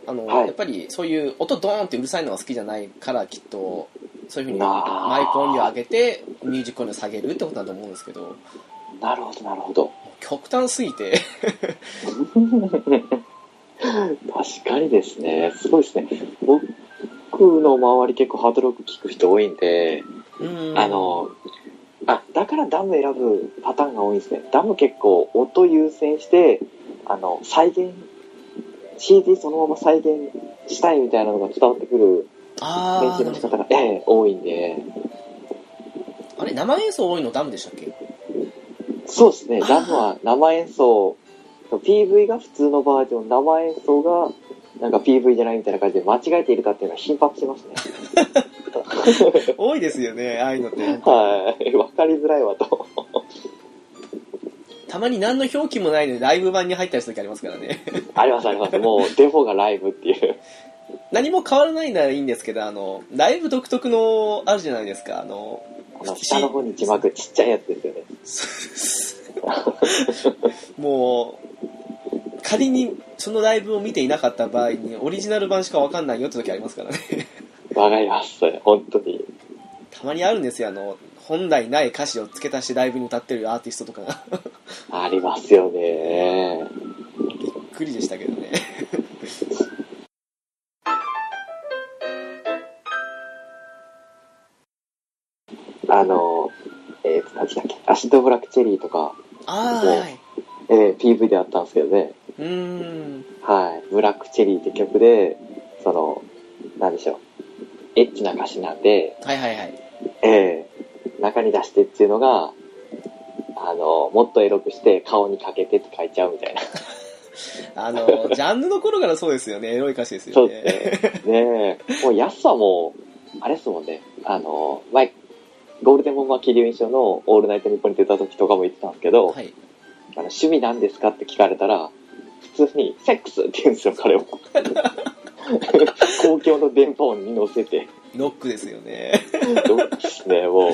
あの、
はい
やっぱりそういう音ドーンってうるさいのが好きじゃないからきっとそういうふうに
あー
マイク音量上げてミュージック音量下げるってことだと思うんですけど
なるほど、なるほど。
極端すぎて
確かにですね。すごいですね。僕の周り結構ハードロック聞く人多いんで、
うん
あの、あ、だからダム選ぶパターンが多いんですね。ダム結構音優先して、あの、再現、CD そのまま再現したいみたいなのが伝わってくる
あ
練習
ー
の仕方が、ええ多いんで。
あれ生演奏多いのダムでしたっけ
そうですね。
あー
ダムは生演奏、PV が普通のバージョン、生演奏がなんか PV じゃないみたいな感じで間違えているかっていうのは頻発しますね。
多いですよねああいうのって
はい。わかりづらいわと。
たまに何の表記もないのでライブ版に入ったりする時ありますからね
ありますあります。もうデフォがライブっていう。
何も変わらないならいいんですけどあのライブ独特のあるじゃないですかあの
あの下の方に字幕ちっちゃいやつですよね。
もう仮にそのライブを見ていなかった場合にオリジナル版しかわかんないよって時ありますからね
わかります、それ、本当に。
たまにあるんですよあの本来ない歌詞を付け足してライブに歌ってるアーティストとかがびっ
ありますよね。
くりでしたけどね
あの、えっ、と、何でしたっけ、アシッドブラックチェリーとか、
ああ、
ね
はい。
えー PV であったんですけどね、
うーん。
はい、ブラックチェリーって曲で、その、なんでしょう、エッチな歌詞なんで、
はいはいはい。
えー中に出してっていうのが、あの、もっとエロくして顔にかけてって書いちゃうみたいな。
あの、ジャンルの頃からそうですよね。エロい歌詞です
そ
よ
う
ね。
ですね。ねえ。もう安さも、あれですもんね。あの、前、ゴールデンボンバー桐生印象のオールナイトニッポンに出た時とかも言ってたんですけど、
はい。
あの趣味なんですかって聞かれたら、普通にセックスって言うんですよ、彼も。公共の電波音に乗せて、
ロックですよね。
どうですね、も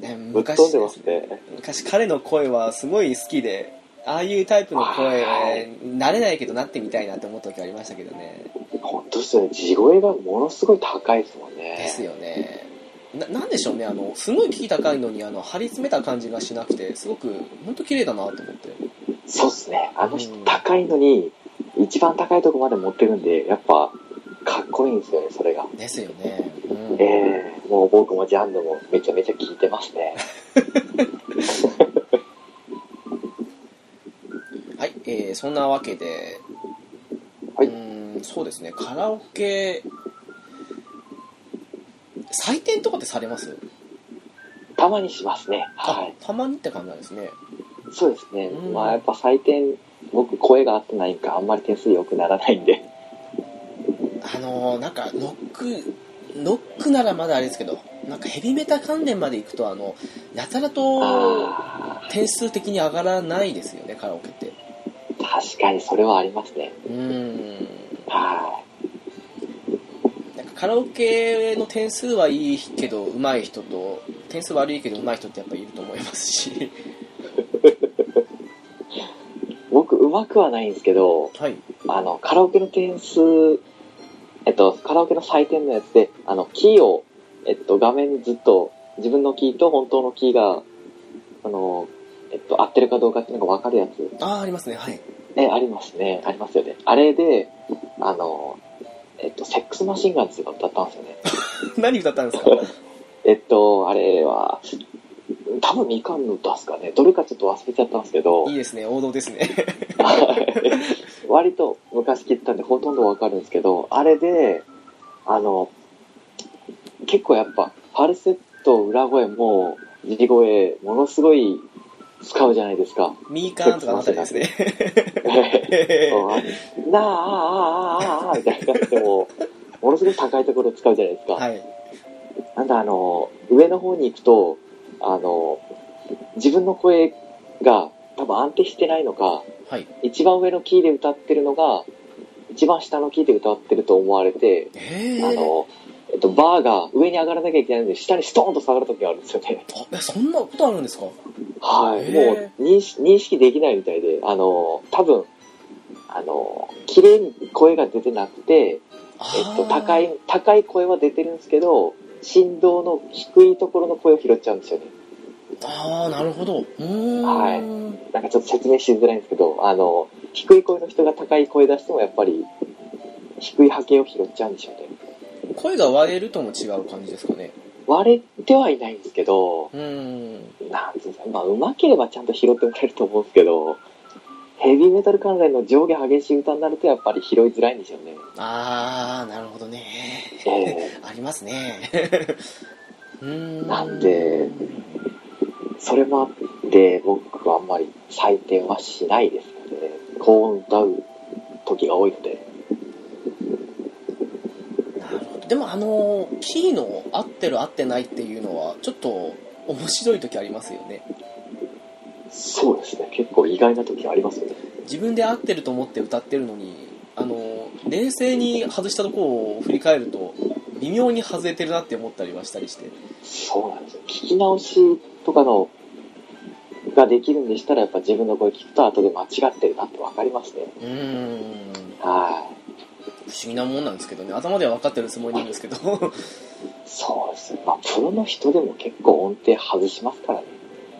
ね
う、ぶっ
昔
飛んでますね。
昔彼の声はすごい好きで、ああいうタイプの声、
はい
慣れないけどなってみたいなって思った時ありましたけどね。
本当ですよね、地声がものすごい高いですもんね。
ですよね。ななんでしょうねあのすごいキー高いのにあの張り詰めた感じがしなくてすごく本当綺麗だなと思って
そうですね、あの人
うん
高いのに、一番高いとこまで持ってるんで、やっぱ、かっこいいんですよね、それが。
ですよね、うん
ええもう僕もジャンルもめちゃめちゃ聞いてま すね。
はい、えーそんなわけで、
はいう
ーんそうですねカラオケ採点とかってされます
たまにしますね。はい。
あたまにって感じなんですね
そうですね、
うん
まあやっぱ採点、僕声が合ってないんか、あんまり点数良くならないんで。
あのーなんかノックノックならまだあれですけどなんかヘビメタ関連まで行くとあのやたらと
あ
点数的に上がらないですよねカラオケって
あ、確かにそれはありますね。
うーん
は
なんかカラオケの点数はいいけど上手い人と点数悪いけど上手い人ってやっぱいると思いますし
い。僕、うまくはないんですけど、
はい
あの、カラオケの点数、えっと、カラオケの採点のやつで、あの、キーを、えっと、画面にずっと、自分のキーと本当のキーが、あの、えっと、合ってるかどうかっていうのが分かるやつ、
ああありますねはい
え、ありますね。ありますよね。あれで、あの、えっと、セックスマシンガンズが歌ったんですよね。
何歌ったんですか
えっと、あれは、多分みかんの歌ですかね。どれかちょっと忘れちゃったんですけど
いい、ですね王道ですね
はい割と昔聞いてたんでほとんどわかるんですけど、あれで、あの、結構やっぱ、ファルセット、裏声も、地声、ものすごい使うじゃないですか。
ミーカーンとかのあたりですね
そうあなあ、ああ、ああ、ああ、みたいな感じでもう、ものすごい高いところを使うじゃないです か。
はい
なんだ、あの、上の方に行くと、あの、自分の声が多分安定してないのか、
はい
一番上のキーで歌ってるのが、一番下のキーで歌ってると思われて、
え
あ
ー、
の、えっと、バーが上に上がらなきゃいけないので、下にストーンと下がるときがあるんですよね。
あえそんなことあるんですか
はい。
へ
も
ー
う認識、認識できないみたいで、あの、多分、あの、綺麗に声が出てなくて、
あ
え
ー
っと、高い、高い声は出てるんですけど、振動の低いところの声を拾っちゃうんですよね。
ああなるほどうーん
はいなんかちょっと説明しづらいんですけど、あの、低い声の人が高い声出してもやっぱり、低い波形を拾っちゃうんでしょうね。
声が割れるとも違う感じですかね
割れてはいないんですけど、
うーん
なんていうんですか、まあ、うまければちゃんと拾ってもらえると思うんですけど、ヘビーメタル関連の上下激しい歌になるとやっぱり拾いづらいんでしょうね。
ああなるほどね
え
ありますね。うーん
なんでーそれもあって、僕はあんまり採点はしないですので、高音歌う時が多いので。
なるほど。でもあのーキーの合ってる合ってないっていうのはちょっと面白い時ありますよね。
そうですね、結構意外な時ありますよね。
自分で合ってると思って歌ってるのに、あのー冷静に外したとこを振り返ると微妙に外れてるなって思ったりはしたりして。
そうなんですよ。聞き直しとかの、ができるんでしたら、やっぱ自分の声聞くと後で間違ってるなって分かりますね。
うーん。
はい。
不思議なもんなんですけどね。頭では分かってるつもりなんですけど。
そうですね。まあ、プロの人でも結構音程外しますからね。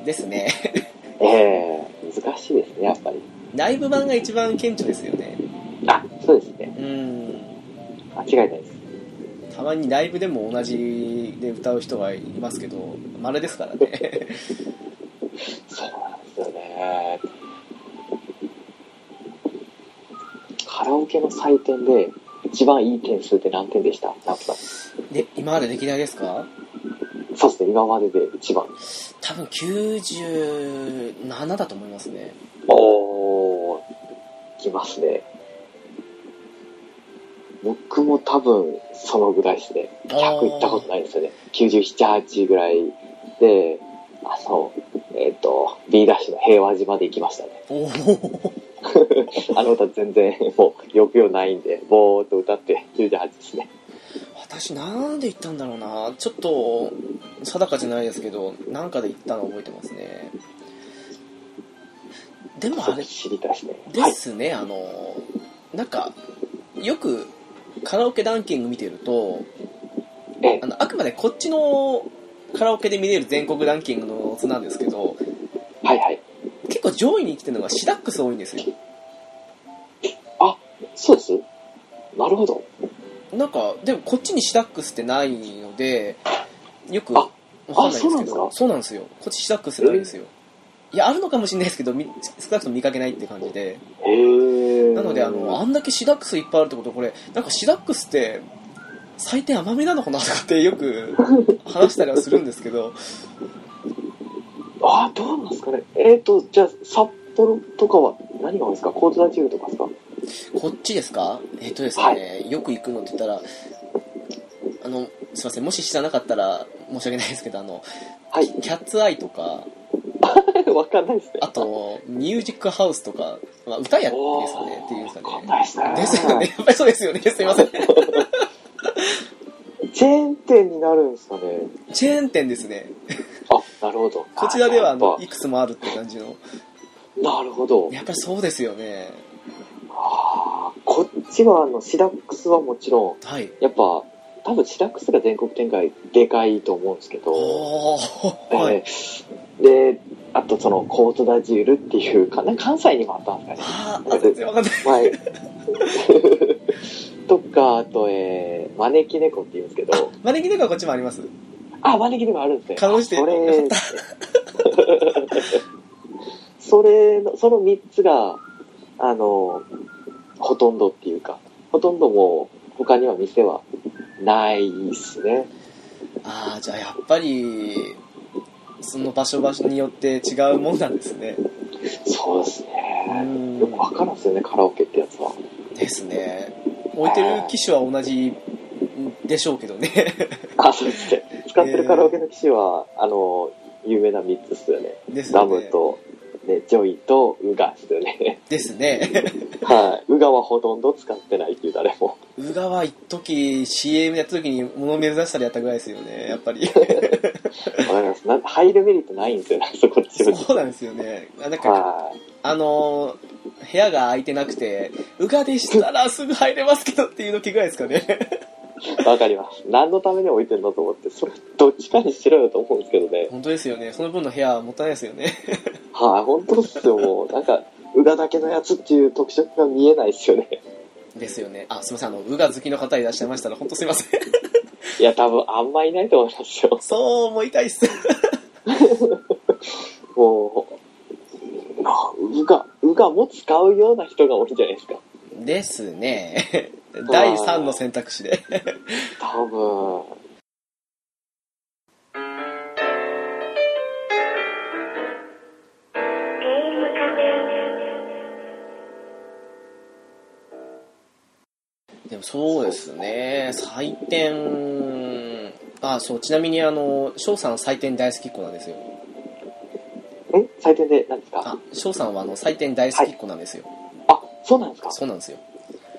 ですね。
ええ難しいですね、やっぱり。
ライブ版が一番顕著ですよね。
あ、そうですね。
うーん。
間違いないです。
たたまにライブでも同じで歌う人がいますけどまれですからね
そうなんですよね。カラオケの採点で一番いい点数って何点でしたナプさん。
で今まで歴代ですか
そうですね、今までで一番。
多分97だと思いますね
おー、きますね。僕も多分そのぐらいですね。
あー
100いったことないですよね。97、8ぐらいで、あの、えっ、と、B ダッシュの平和島で行きましたね。
おお
あの歌全然もう抑揚ないんで、ぼーっと歌って98ですね。
私なんで行ったんだろうなちょっと定かじゃないですけどなんかで行ったの覚えてますねでもあれ
知りたいですね。
で
はい。
すね、あのなんかよくカラオケランキング見てると
ええ
あのあくまでこっちのカラオケで見れる全国ランキングの図なんですけど
はいはい。
結構上位に来てるのがシダックス多いんですよ
そうです。なるほど。
なんかでもこっちにシダックスってないのでよくわ
あ
かんないんですけど
あ
そうなんですよこっちシダックスないんですよいやあるのかもしれないですけどみ少なくとも見かけないって感じで
へー。
なのであのあんだけシダックスいっぱいあるってことこれなんかシダックスって最低甘めなのかなとかってよく話したりはするんですけど
あー、どうなんですかね。えっ、ー、と、じゃあ、札幌とかは何が多いですかコートダチュールとかですか
こっちですかえっとですね、
は
よく行くのって言ったらあのすいませんもし知らなかったら申し訳ないですけどあの
はい。
キャッツアイとか
わかんないですね。
あとミュージックハウスとか、まあ、歌や
お
ですかね
ー、
っていうんです
わ
か
かん
ね
ないですね。
ですよね。やっぱりそうですよねすいません
チェーン店になるんですかね。
チェーン店ですね
あ、なるほど。
こちらではあの
あや
い
っ
くつもあるって感じの
ぱなるほど。
やっぱりそうですよね
あーこっちは、あの、シダックスはもちろん、
はい
やっぱ、多分シダックスが全国展開でかいと思うんですけど、
おーはい、
えーで、あとそのコートダジュールっていうか、な関西にもあったんですかね。
あーあ全然わかんない
はい。とか、あと、えー、招き猫って言うんですけど、
招き猫はこっちもあります
あ、招き猫あるんですね。
かろうじて
あそ
よかっ
れ、 それの、その3つが、あの、ほとんどっていうか、ほとんどもう、他には店はないですね。
ああじゃあやっぱりその場所場所によって違うもんなんですね
そうです
うー
ね。よく
ん
わからんですよね、カラオケってや つは。
ですね置いてる機種は同じでしょうけど ね
あ、そうですね。使ってるカラオケの機種は、あの、有名な3つですよね。
です
ダ
よ
ム
ね
と、ね、ジョイとウガです よね。
ですね
はい。ウガはほとんど使ってないっていう誰も。
宇賀は一時 CM やった時に物目指したりやったぐらいですよねやっ ぱり
わかります。な入るメリットないんですよね、そこっち
そうなんですよねあなんか
は
あのー部屋が空いてなくて宇賀でしたらすぐ入れますけどっていう時ぐらいですかね
い。わかります。何のために置いてるんだと思って、それどっちかにしろよと思うんですけどね。
本当ですよねその分の部屋はもったいないですよね
はい、本当っすよ、もう。なんか、ウガだけのやつっていう特色が見えないですよね。
ですよねあすいませんあのウガ好きの方いらっしゃいましたら本当すいません
いや、多分あんまいないと思いますよ。
そう思いたいっす
もう、あウガ、ウガも使うような人が多いんじゃないですか。
ですね 第3の選択肢で
多分。
でもそうですね採点あそうちなみにあの翔さん採点大好きっ子なんですよ
え採点で何ですか
あ翔さんはあの採点大好きっ子なんですよ、
あ、そうなんですか
そうなんですよ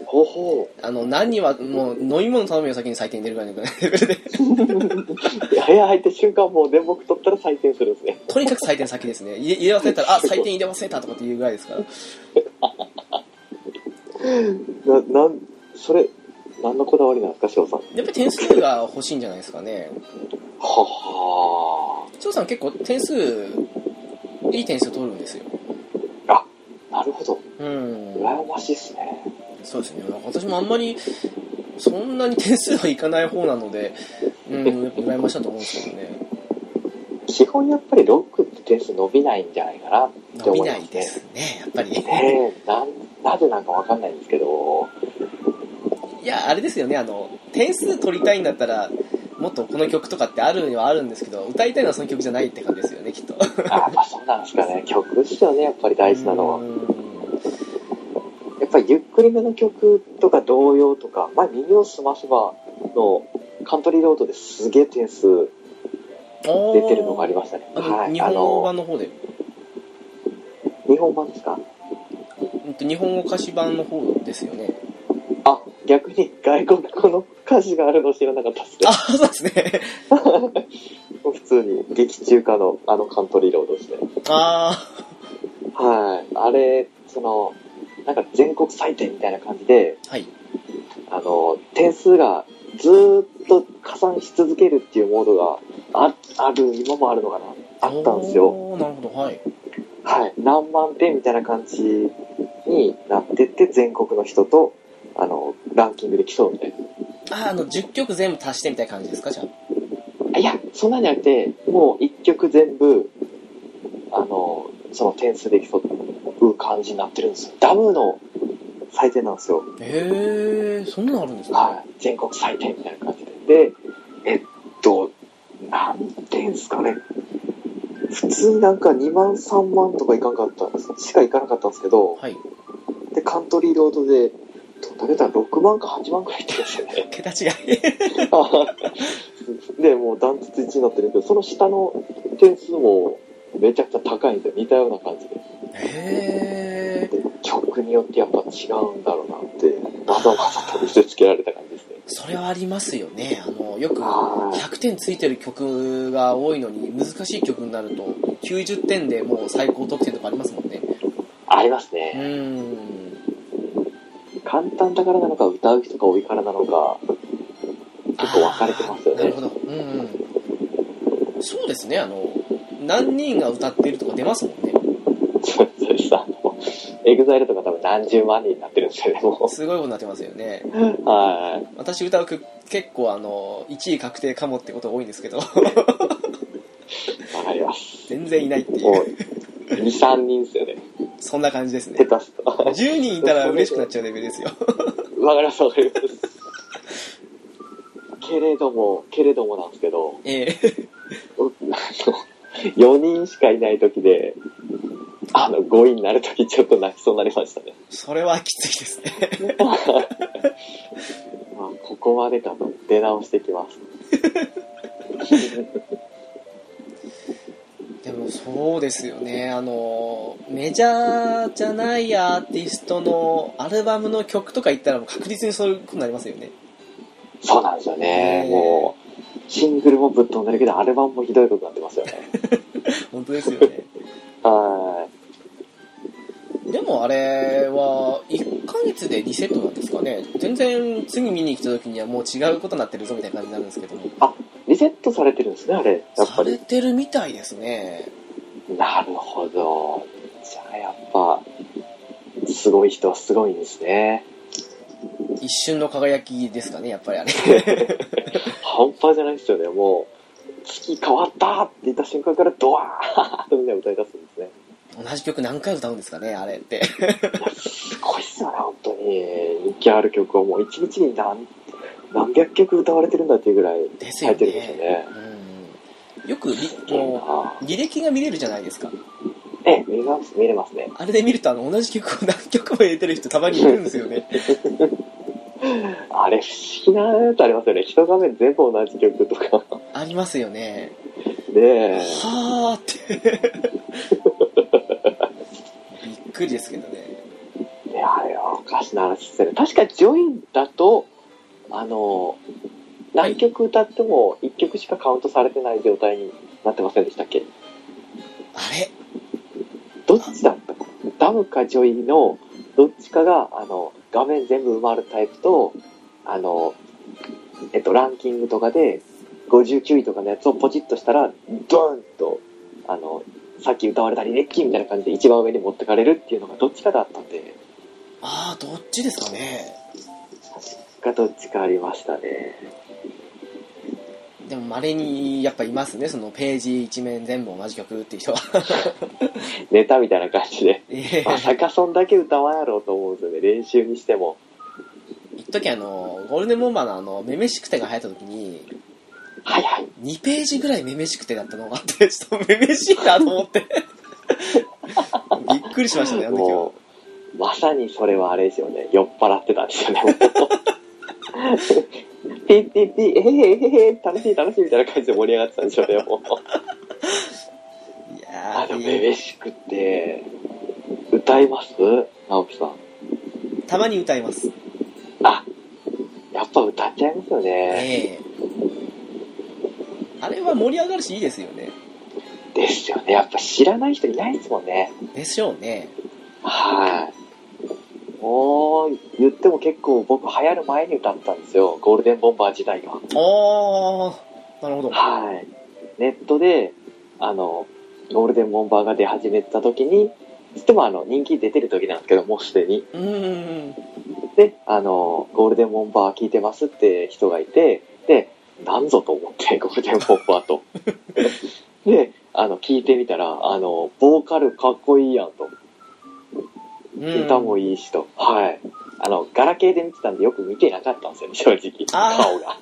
ほうほ
あの何はもう飲み物頼むよ先に採点出るぐらいのレベルで
う。いや部屋入った瞬間もう電木取ったら採点するんですね。
とにかく採点先ですね入れ入れ忘れたらあ採点入れ忘れたとかっていうぐらいですから
な、なん、それ、何のこだわりなんですか、翔さん。は
やっぱり点数が欲しいんじゃないですかね
は
翔さん結構点数いい点数取るんですよ
なるほど。
うん
羨ましいっすね。
そうですね私もあんまりそんなに点数はいかない方なので、うん、やっぱ羨ましいなと思うんですけどね。
基本やっぱりロックって点数伸びないんじゃないかなって
伸び
思い
な
ます、
いですね、やっぱり。
ねえなんなぜなんかわかんないんですけど、
いや、あれですよね、あの、点数取りたいんだったら、もっとこの曲とかってあるにはあるんですけど、歌いたいのはその曲じゃないって感じですよね、きっと。
あやっぱそうなんですかね、曲っすよね、やっぱり大事なのは。
うん
やっぱりゆっくりめの曲とか童謡とか、前耳をすませばのカントリーロードですげえ点数出てるのがありましたね。
あの
はい。
日
あ
本
の、
版の方で、
日本版ですか
うんと日本語歌詞版の方ですよね。
あ、逆に外国語の歌詞があるの知らなかったっすね
あ、。そうですね。
普通に劇中歌のあのカントリーロードですね。
あ
はい。あれ、その、なんか全国採点みたいな感じで、
あ、はい。
あの、点数がずーっと加算し続けるっていうモードがあある、今もあるのかなあったんですよ。
おーなるほど、はい。
はい。何万点みたいな感じになってって、全国の人と、あの、ランキングで競うみたいな。
あー、あの、10曲全部足してみたいな感じですか、じゃあ。
あいや、そんなんじゃなくて、もう一曲全部、あの、その点数で競う感じになってるんですよ。ダムの採点なんですよ。
へえ、そんなのあるんですか
はい。全国採点みたいな感じで。で、えっと、なんていうんですかね。普通なんか2万3万とかいかんかったんです。しかいかなかったんですけど、
はい。
で、カントリーロードで、どんだけだったら6万か8万くらいいってるんですよね。
桁違い。
で、もうダントツ1位になってるんですけど、その下の点数もめちゃくちゃ高いんですよ。似たような感じで。
へえ。
で、曲によってやっぱ違うんだろうなって、わざわざと見せつけられた感じですね。
それはありますよね。あの、よく
あー
100点ついてる曲が多いのに、難しい曲になると、90点でもう最高得点とかありますもんね。
あります
う
ね。
ーん。
簡単だからなのか、歌う人が多いからなのか、 結構分かれてますよ
なる
ね
ほ。ど。うんうん。そうですね、あの、何人が歌ってるとか出ますもんね。
そうですさ、もうエグザイルとか多分何十万人になってるんですよね、も
すごいことになってますよね。
う。はい。
私歌う曲結構あの、1位確定かもってこと多いんですけど、
わかります。
全然いないってい
も
う。
う、2、3人ですよね。
そんな感じですね。
下手すと。 わか
10人いたら嬉しくなっちゃうレベルですよ。
ります、わかります。けれども、けれどもなんですけど、
ええ
うあの、4人しかいない時で、あの、5位になる時ちょっと泣きそうになりましたね。
それはきついですね。
まあ、ここまでかと出直してきます。
でもそうですよね。あの、メジャーじゃないアーティストのアルバムの曲とか言ったらもう確実にそういうことになりますよね。
そうなんですよね
ね。え
もう、シングルもぶっ飛んでるけど、アルバムもひどいことになってますよね。
本当ですよね。
は
でもあれは、1ヶ月でリセットなんですかね。全然次見に来た時にはもう違うことになってるぞみたいな感じになるんですけども。
い。リセットされてるんですね、あれ。やっ
さ
ぱ
れ
り。
てるみたいですね。
なるほど。じゃあ、やっぱ、すごい人はすごいんですね。
一瞬の輝きですかね、やっ ぱりあれ。
半端じゃないですよね。もう、月変わったって言った瞬間から、ドワーッとみんな歌い出すんですね。
同じ曲何回歌うんですかね、あれって。
すごいっすよね、本当に。人気ある曲をもう一日に何、何百曲歌われてるんだっていうぐらい
ですよ
入ってるんですよ
ね。
ね。
うん。よくり、こ
あ
う、履歴が見れるじゃないですか。
ーええ、見れます、見れますね。
あれで見ると、あの、同じ曲を何曲も入れてる人たまにいるんですよね。
あれ、不思議なやつありますよね。一画面全部同じ曲とか。
ありますよね。
ねえ。
はーって。びっくりですけどね。
いや、あれはおかしな話ですよね。確かジョイだと、あの、何曲歌っても1曲しかカウントされてない状態になってませんでしたっけ
あれ
どっちだったかダムかジョイのどっちかが、あの、画面全部埋まるタイプと、あの、えっと、ランキングとかで59位とかのやつをポチッとしたら、ドーンと、あの、さっき歌われたリレッキーみたいな感じで一番上に持ってかれるっていうのがどっちかだったんで、
ああ、どっちですかね。
かどっちかありましたね。
でも稀にやっぱいますねそのページ一面全部同じ曲っていう人は
ネタみたいな感じで。
ええ
まさかそんだけ歌わんやろうと思うんですよね。練習にしても。
一時あのゴールデンボンバーのあの「めめしくて」が流行った時に
はいはい。
2ページぐらい「めめしくて」だったのがあってちょっとめめしいなと思って びっくりしましたねあの時は
もう、まさにそれはあれですよね。酔っ払ってたんですよね。ピッピッピッ、えへへへへ、楽しい楽しいみたいな感じで盛り上がってたんでしょうね。もう
い
あ
や
の、
ー
めめしくって、歌います直樹さん。
たまに歌います
あ、やっぱ歌っちゃいますよ
え
ね。
えあれは盛り上がるしいいですよね
ですよね。やっぱ知らない人いないですもんね。
でしょうね
はい。もう、言っても結構僕流行る前に歌ったんですよ。ゴールデンボンバー時代は。
ああなるほど
はい。ネットで、あの、ゴールデンボンバーが出始めた時に、つってもあの、人気出てる時なんですけど、もうすでに。
うーん
で、あの、ゴールデンボンバー聞いてますって人がいて、で、なんぞと思って、 ゴールデンボンバーと。で、あの、聞いてみたら、あの、ボーカルかっこいいやんと。
うん
歌もいいしと。はい。あの、ガラケーで見てたんでよく見てなかったんですよね、正直。
あー
顔が。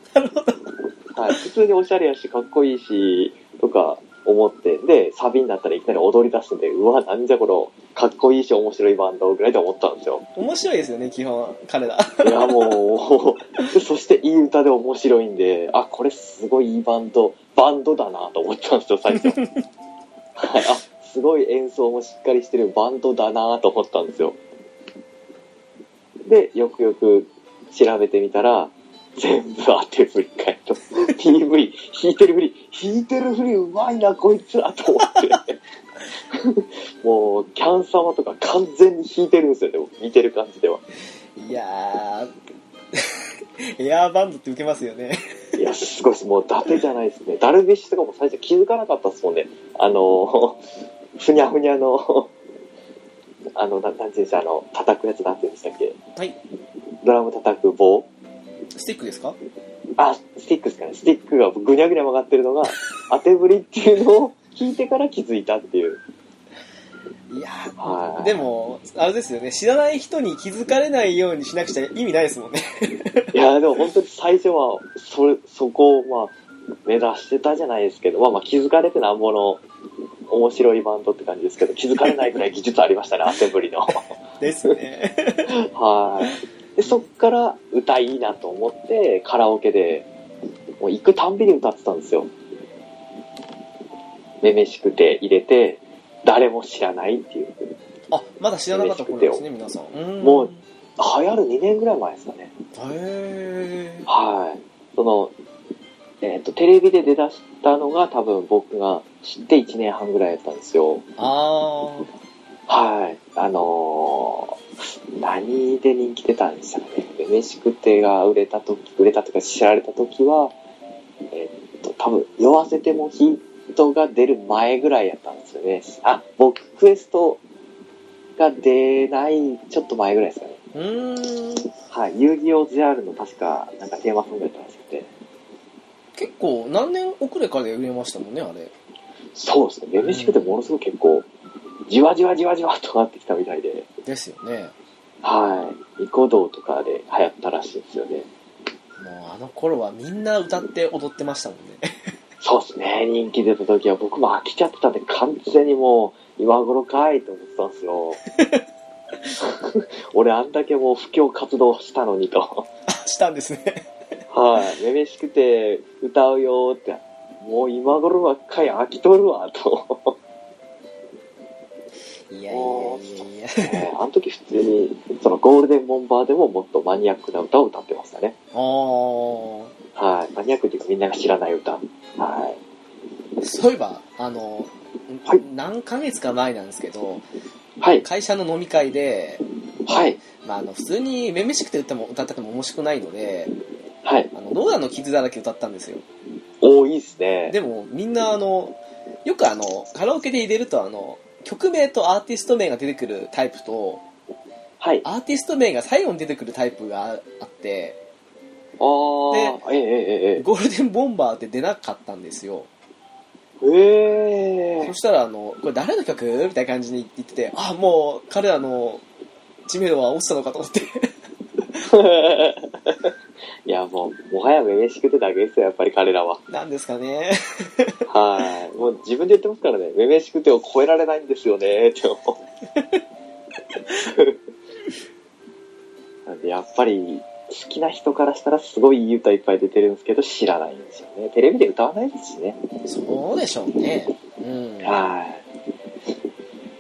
はい。普通におしゃれやし、かっこいいし、とか思って、で、サビになったらいきなり踊り出すんで、うわ、なんじゃこの、かっこいいし、面白いバンドぐらいで思ったんですよ。
面白いですよね基本彼ら
いや、もう、 そしていい歌で面白いんで、あ、これすごいいいバンド、バンドだなと思ったんですよ、最初。 はい。あ、すごい演奏もしっかりしてるバンドだなと思ったんですよ。で、よくよく調べてみたら、全部当て振り返と。PV、弾いてる振り、弾いてる振りうまいな、こいつらと思って。 もう、キャン様とか完全に弾いてるんですよね、見てる感じでは。
いや ーエアーバンドって受けますよね
いや、すごいです。もう、伊達じゃないですね。ダルビッシュとかも最初気づかなかったですもんね。あの、 ふにゃふにゃの、あの、ななんていうんでしたあの、叩くやつなんていうんでしたっけ
はい
ドラム叩く棒
スティックですか
あ、スティックですかね。スティックがぐにゃぐにゃ曲がってるのが、当てぶりっていうのを聞いてから気づいたっていう。
いやー
はい。
でも、あれですよね、知らない人に気づかれないようにしなくちゃ意味ないですもんね。
いや、でも本当に最初は、それ、そこを、まあ、目指してたじゃないですけど、まあまあ気づかれてなんぼの、面白いバンドって感じですけど、気づかれないくらい技術ありましたね、汗ぶりの。
ですね。
はい。で、そっから歌いいなと思って、カラオケで、もう行くたんびに歌ってたんですよ。めめしくて入れて、誰も知らないっていう。
あ、まだ知らなかった頃ですね、皆さん。うーん
もう流行る2年ぐらい前ですかね。
へ
はい。その、えっ、と、テレビで出だしたのが多分僕が知って1年半ぐらいだったんですよ。
ー。あー。
はい。あのー何で人気出たんでしたかね。めめしくてが売れたとき、売れたとか知られたときは、えっ、と、多分、酔わせてもヒットが出る前ぐらいやったんですよね。あ、僕、クエストが出ない、ちょっと前ぐらいですかね。
うーん。
はい。遊戯王 JR の確か、なんかテーマソングやったんですって。
結構、何年遅れかで売れましたもんね、あれ。
そうですね。めめしくてものすごく結構、じわじわじわじわっとなってきたみたいで、
ですよね。
はい。ニコ動とかで流行ったらしいんですよね。
もう、あの頃はみんな歌って踊ってましたもんね。
そうですね。人気出た時は僕も飽きちゃってたんで、完全にもう、今頃かいと思ってたんですよ。俺あんだけもう布教活動したのにと。
あしたんですね。
はい。めめしくて歌うよーって。もう今頃ばっかり飽きとるわ、と。
いやいやいやいや。
ねあの時普通に、そのゴールデンボンバーでももっとマニアックな歌を歌ってましたね。
あー。
はい。マニアックっていうかみんなが知らない歌。は
そういえば、あの、
はい
何ヶ月か前なんですけど、
い。はい。
会社の飲み会で、
はい。
まあ、あの普通に「めめしくて」歌も歌ったくても面白くないので
はい。
あのローラの傷だらけ歌ったんですよ
おー、いいっすね。
でもみんなあのよくあのカラオケで入れるとあの曲名とアーティスト名が出てくるタイプと
はい。
アーティスト名が最後に出てくるタイプがあって
ああ、ええええ
ゴールデンボンバーって出なかったんですよ。
ええ。ええ
そ。したら、あの、これ誰の曲みたいな感じに言ってて、あ、もう彼らの知名度は落ちたのかと思って。
いや、もう、もはやめめしくてだけですよ、やっぱり彼らは。
なんですかね。
はい。もう自分で言ってますからね、めめしくてを超えられないんですよね、って思う。 なんで、やっぱり、好きな人からしたらすごいいい歌いっぱい出てるんですけど、知らないんですよね。テレビで歌わないですしね。
そうでしょうね。うん。
は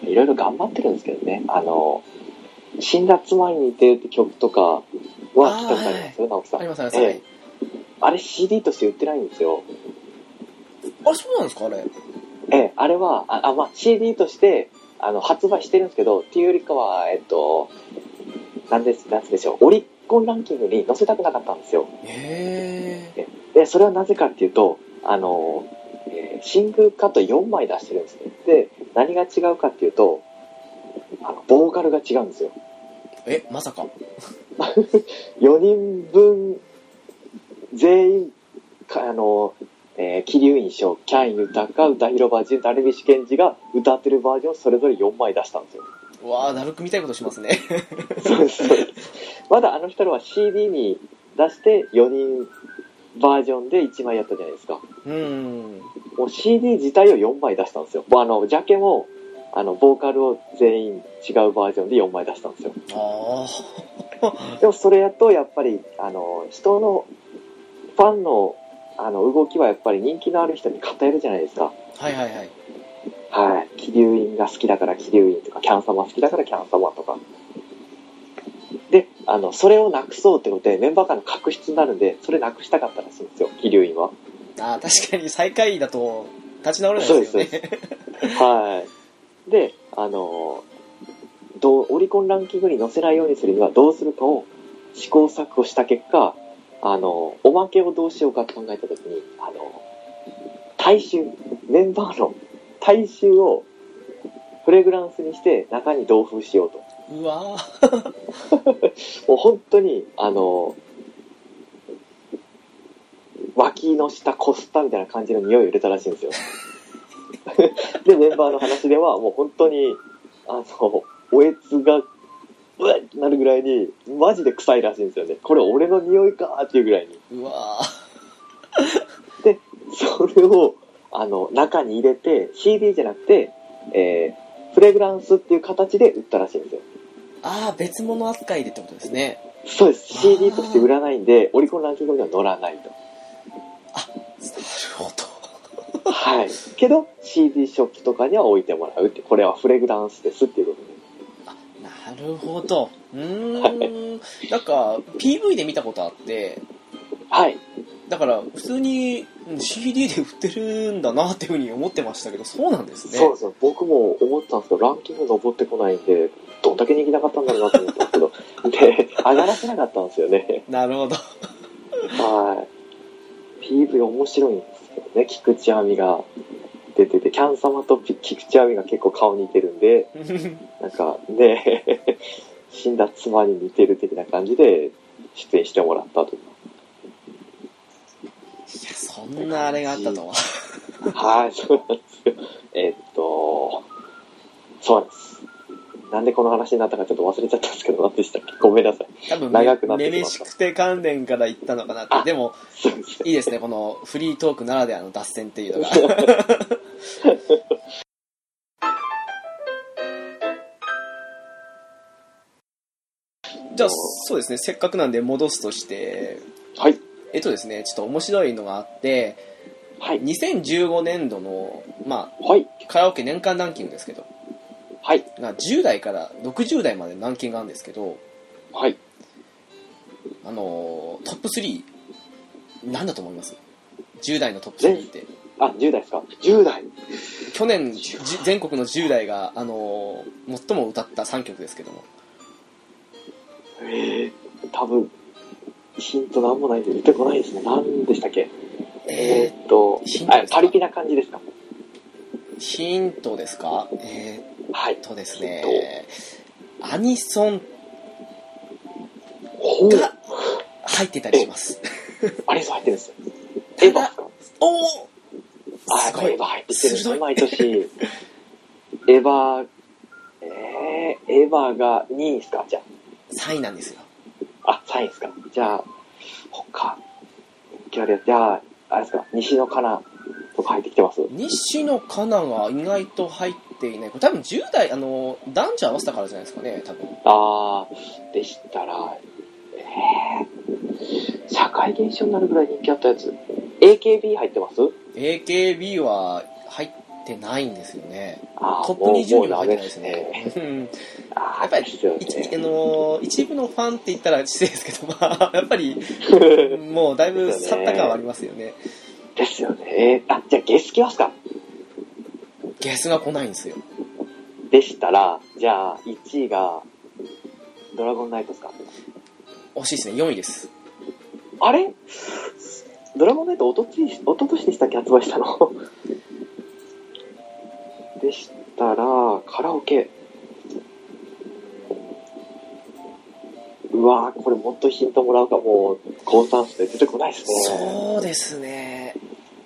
い。いろいろ頑張ってるんですけどね、あの、死んだ妻に似てるって曲とかは聞いたことありますよ、直樹さん。
ありますあります。
ええあれ CD として売ってないんですよ。
あれ、そうなんですかあれ。
ええ、あれは、あ、あまあ、CD として、あの、発売してるんですけど、っていうよりかは、えっと、なんです、なんつうんでしょう、オリコンランキングに載せたくなかったんですよ。
へえ。
で、それはなぜかっていうと、あの、えーシングルカット4枚出してるんですね。で、何が違うかっていうと、あの、ボーカルが違うんですよ。
え、まさか。
4人分、全員、かあの、えー、桐生印象、キャン・ユタカ、歌広バージン、ダルビッシュ・ケンジが歌ってるバージョンをそれぞれ4枚出したんですよ。
うわあ、だるくみたいことしますね。
そうですそうですまだあの人らは CD に出して4人バージョンで1枚やったじゃないですか。
うん。
もう CD 自体を4枚出したんですよ。もうあの、ジャケも、あの、ボーカルを全員違うバージョンで4枚出したんですよ。
ああ。
でもそれやと、やっぱり、あの、人の、ファンの、あの、動きはやっぱり人気のある人に偏るじゃないですか。
はいはいはい。
はい。気流院が好きだから気流院とか、キャン様好きだからキャン様とか。で、あの、それをなくそうってことで、メンバー間の確執になるんで、それなくしたかったらしいんですよ、気流院は。
ああ、確かに最下位だと立ち直れないですよ
そう
ね。
はい。で、あの、どうオリコンランキングに載せないようにするにはどうするかを試行錯誤した結果、あの、おまけをどうしようかと考えたときに、あの、大衆、メンバーの大衆をフレグランスにして中に同封しようと。
うわあ。
もう本当に、あの、脇の下、コスタみたいな感じの匂いを入れたらしいんですよ。 で、メンバーの話では、もう本当に、あの、おえつが、うわっってなるぐらいに、マジで臭いらしいんですよね。これ俺の匂いかーっていうぐらいに。
うわあ。
それを、あの、中に入れて、CD じゃなくて、えー、フレグランスっていう形で売ったらしいんですよ。
ああ、別物扱いでってことですね。
そうです。CD として売らないんで、オリコンランキングには乗らないと。
なるほ
はい。けど、CD ショップとかには置いてもらうって、これはフレグランスですっていうことで。
ど。なるほど。うーん。なんか、PV で見たことあって、
はい。
だから普通にうん CD で売ってるんだなっていうふうに思ってましたけどそうなんですね
そうそう。僕も思ったんですけど、ランキング登ってこないんで、どんだけ人気なかったんだろうなと思ったん ですけど、で、上がらせなかったんですよね。
なるほど
はい。PV 面白いんですけどね、菊池亜美が出てて、キャン様とピ菊池亜美が結構顔似てるんで、なんかね、 死んだ妻に似てる的な感じで出演してもらったという。
そんなあれがあったとは
はい、そうなんですよ。えっと、そうなんです。なんでこの話になったかちょっと忘れちゃったんですけど、何でしたっけごめんなさい。
多分
長くなっ
め
てきました
めしくて関連から言ったのかなって
あ
でも
そうですね。
いいですねこのフリートークならではの脱線っていう のがじゃあそうですねせっかくなんで戻すとして
はい。
えっとですねちょっと面白いのがあって
はい。
2015年度の、ま
はい。
あ、カラオケ年間ランキングですけど、
はい。
が10代から60代までのランキングがあるんですけど、
はい。
あのートップ3、なんだと思います ?10 代のトップ3って。
あ、10代ですか ?10 代。
去年、じ全国の10代が、あのー最も歌った3曲ですけども。
ええ多分、ヒントなんもないんで出てこないですね。何でしたっけえ
え
ーっと
ヒン、ト
あ
ですか
パリピな感じですか
ー、ヒントですかえー、
はい
っ。とですね、アニソン
ほう。
が入ってたりします。
あれそう入ってるんですよ。エ
た
ヴァっ
だ
すか
おお
あ、
す
やっ
ご
ぱエ
い
ヴァ入ってるんです
鋭
ね、
い
毎年。エヴァ、えー、エヴァが2位ですかじゃ
!3 位なんですよ。
あ。あ、3位ですか。じゃあ、他、人気あるやつ。じゃあ、あれですか、西野カナとか入ってきてます
西野カナが意外と入っていない。これ多分10代、あの、男女合わせたからじゃないですかね、多分。
あー、でしたら、えー、社会現象になるぐらい人気あったやつ。AKB 入ってます
AKB は入ってないんですよね。
あー
トップ
もう
20にも
もう
入って
ダ
な
メ
い
で
ですす
ね。
ね。うん
あー
やっぱり
ですよ
一あ
ね。
のー一部のファンって言ったら失礼ですけど、まあ、やっぱりもうだいぶ去った感はありますよね。
ですよね。あ、じゃあ、ゲスきますか。
ゲスが来ないんですよ。
でしたら、じゃあ、1位が、ドラゴンナイトですか。
惜しいですね、4位です。
あれドラゴンナイトおとつい、一昨年でしたっけ発売したの。 でしたら、カラオケ。うわーこれもっとヒントもらうか、もう、高3数で出てこないですね。
そうですね。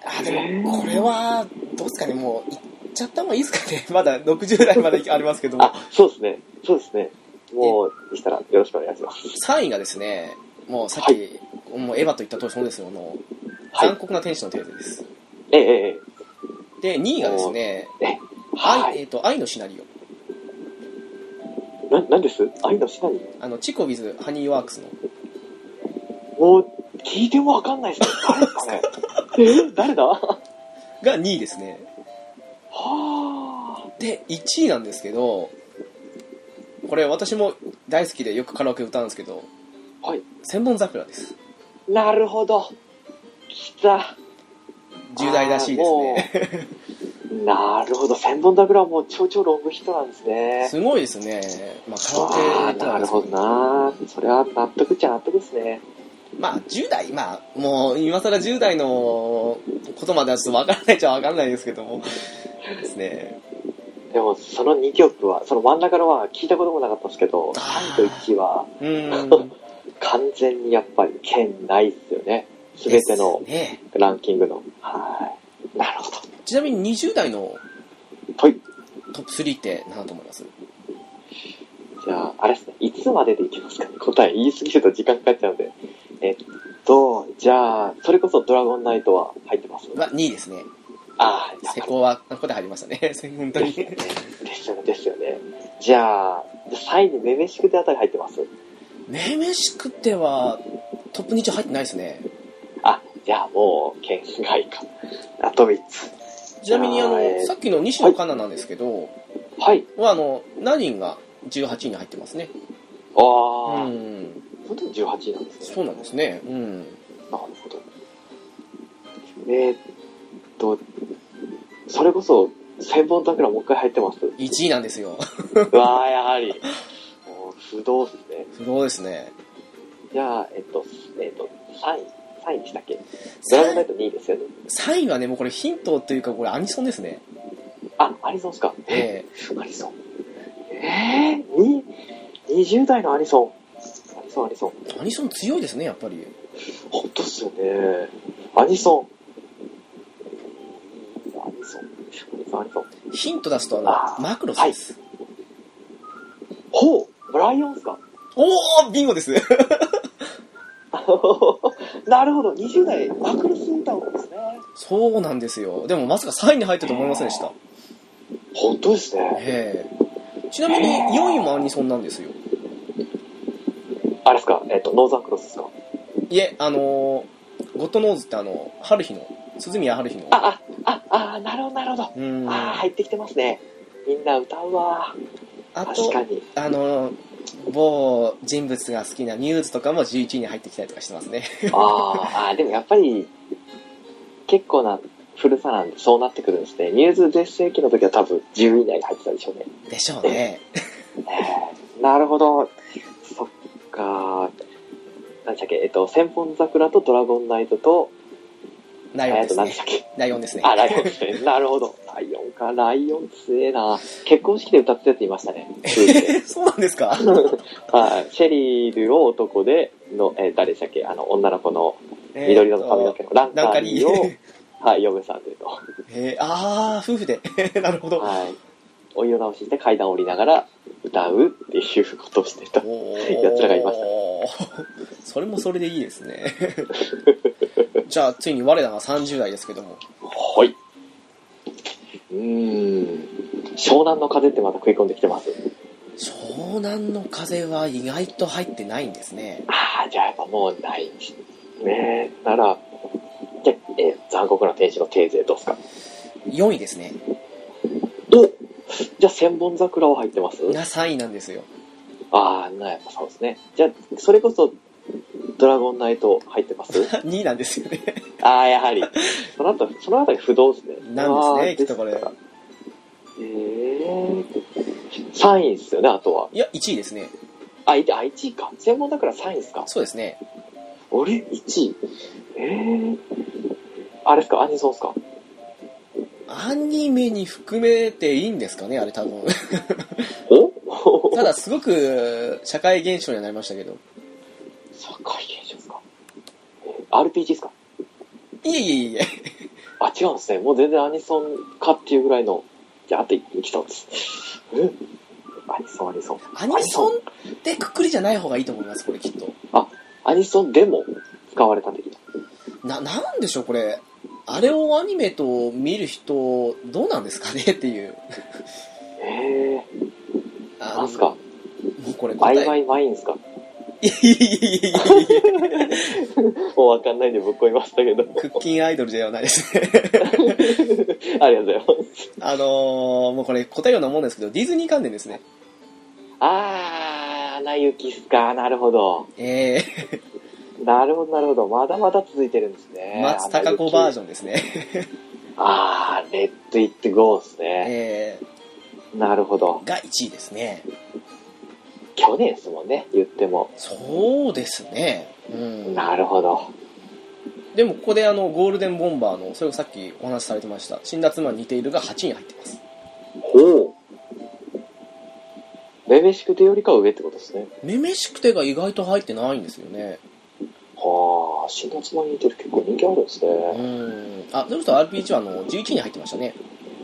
あ、でも、これは、どうですかね、もう、行っちゃった方がいいですかね。ま だ60代までありますけども
あ、そうですね。そうですね。もう、でしたら、よろしくお願いします。
3位がですね、もうさっき、
は
もうエヴァと言った通りそうですよ、あの、
はい
残酷な天使のテーゼです。
ええええ
で、2位がですね、
は
愛
い。
えーと愛のシナリオ。
な、なんです愛のシナリ
あの、チコビズ、ハニーワークスの。
オもう、聞いてもわかんないですね。誰ですかね。え誰だは
が2位ですね。
あ。
で、1位なんですけど、これ私も大好きでよくカラオケ歌うんですけど、
はい。
千本桜です。
なるほど。来た。
重大らしいですね。
ね。なるほど。千本桜はもう超超ロングヒットなんですね。
すごいですね。まあカラ
あ
オ
あ、
ケ歌
な
うん
る
です
ほ
け
どな。それは納得っちゃ納得ですね。
まあ10代、まあもう今更10代のことまではちょっとわからないっちゃわからないですけども。ですね。
でも、その2曲は、その真ん中のは聞いたこともなかったんですけど、
あー
3と1は
う ーん。
完全にやっぱり剣ないですよね。すべての
ですね
ランキングの。はい。なるほど。
ちなみに20代の
はい。
トップ3って何だと思います
じゃあ、あれですね。いつまででいきますかね。答え言い過ぎると時間かかっちゃうんで。えっと、じゃあ、それこそドラゴンナイトは入ってます
は2位ですね。
ああ、やっ
施
ぱ
工は、ここで入りましたね。 本当
りで
に
す。よね。ですよね、ですよね。じゃあ、3位にめめしくてあたり入ってます
めめしくては、トップ20入ってないですね。
あ、じゃあもう、県外か。あと3つ。
ちなみに、あ
あーえ
の、
ー
さっきの西野カナなんですけど、
はい。
は、あの、ナリンが18位に入ってますね。
あ
う
あ、
ん。
本当に18位なんですね。
そうなんですね。うん。
なるほど。えーっと、それこそ、千本桜もう一回入ってます。
1位なんですよ。
うわあ、やはり。もう、不動ですね。
不動ですね。
じゃあ、えっと、えっと、3位。3位でしたっけドラゴンナイト2位ですよね。
3位はね、もうこれヒントというか、これアニソンですね。
あ、アリソンですか。え
え
アリソン。えぇ、に、20代のアリソン。アリソン、アリソン。
ーアニソン強いですね、やっぱり。
本当っすよね。アニソン。アニソン。アニソン、アニソン。
ヒント出すと、あ
あ
の、
ー
マクロスです。
ほうブライオンっすか
おービンゴです
なるほど、20代、マクロス歌うんですね。
そうなんですよ。でも、まさか3位に入ったと思いませんでした。
本当ですね。
ええちなみに4位もアニソンなんですよ
あれですか、えっ、と、ノーザンクロスですか。
いえあのーゴッドノーズってあの春日の鈴宮春日の
あ、あ、あ、あ、なるほど、なるほど。
うーん
あー
あ
入ってきてますね。みんな歌うわ。確
と
か に。
あのー某人物が好きなミューズとかも11位に入ってきたりとかしてますね
あーあー、でもやっぱり、結構な古さなんで、そうなってくるんですね。ニューズ全盛期の時は多分10位以内に入ってたでしょうね。
でしょうね
えーなるほど。そっか。何でしたっけえっと、千本桜とドラゴンナイトと、
ライオ
え
ン
っ
で
と、
す
何でし
ね
たっけ
ライオンですね
あ、ライオンですね。なるほど。なライオンか、ライオン強えな。結婚式で歌ってたやついました ね。
え そうなんですか
はい。シェリルを男で、の、えー誰でしたっけあの、女の子の緑色の髪の毛のラン
なん
カ
か
リ
に
ーを、 はい、嫁さんでと。
えー、ああ夫婦で なるほど
はい。お色直しして階段を降りながら歌うっていうことをしてた。奴らがいました
それもそれでいいですね じゃあついに我らが30代ですけども
はい。うーん。湘南の風ってまた食い込んできてます。
湘南の風は意外と入ってないんですね
ああ、じゃあやっぱもうないしねえ。なら、じゃあ、えー残酷な天使のテーゼどうっすか
4位ですね
おじゃあ千本桜は入ってます
が3位なんですよ
ああ、な、やっぱそうですね。じゃあ、それこそ、ドラゴンナイト入ってます
2位なんですよね
ああ、やはり。その後、そのあたり不動ですね。
なんですね
あー
きっとこれ
ですからええ3位ですよね、あとは。
いや1位ですね
あ、いあ1位か。専門だから3位ですか。
そうですね
あれ ?1 位。ええあれですかアニソンですか
アニメに含めていいんですかねあれ多分
お
ただすごく社会現象にはなりましたけど
社会現象ですか ?RPG ですか
いえいえいえ
あ、違うんですね。もう全然アニソンかっていうぐらいの、いや、あといきそうです。えアニソン、アニソン。
アニソンってくくりじゃない方がいいと思いますこれきっと
アニソンでも使われた的
な
な。
なんでしょうこれあれをアニメと見る人どうなんですかね っていう
ええ
あ
ー、
の
なんすか
もうこれ答
ア
え
イマイマインですか
いやいやいやいやいや
もうわかんないんでぶっこいましたけど。
クッキンアイドルではないですね
ありがとうございます。
あのーもうこれ答えようなもんですけどディズニー関連ですね
あー、アナ雪っすか。なるほど。
え
なるほど、なるほど。まだまだ続いてるんです
ー、
ね。
松たか子バー
ョン。
ジョンですね
あー、レッド・イット・ゴーですね。
え
なるほど
ー。が1位ですね
去年ですもんね、言っても。
そうですねうん
なるほど。
でもここであのゴールデンボンバーのそれをさっきお話しされてました「死んだ妻に似ている」が8位に入ってます
ほう。めめしくてよりかは上ってことですね。
「めめしくて」が意外と入ってないんですよね
はあ、死のつまに似てる結構人気あるんです
う
ね。
んあでもさ RPG はあの11位に入ってましたね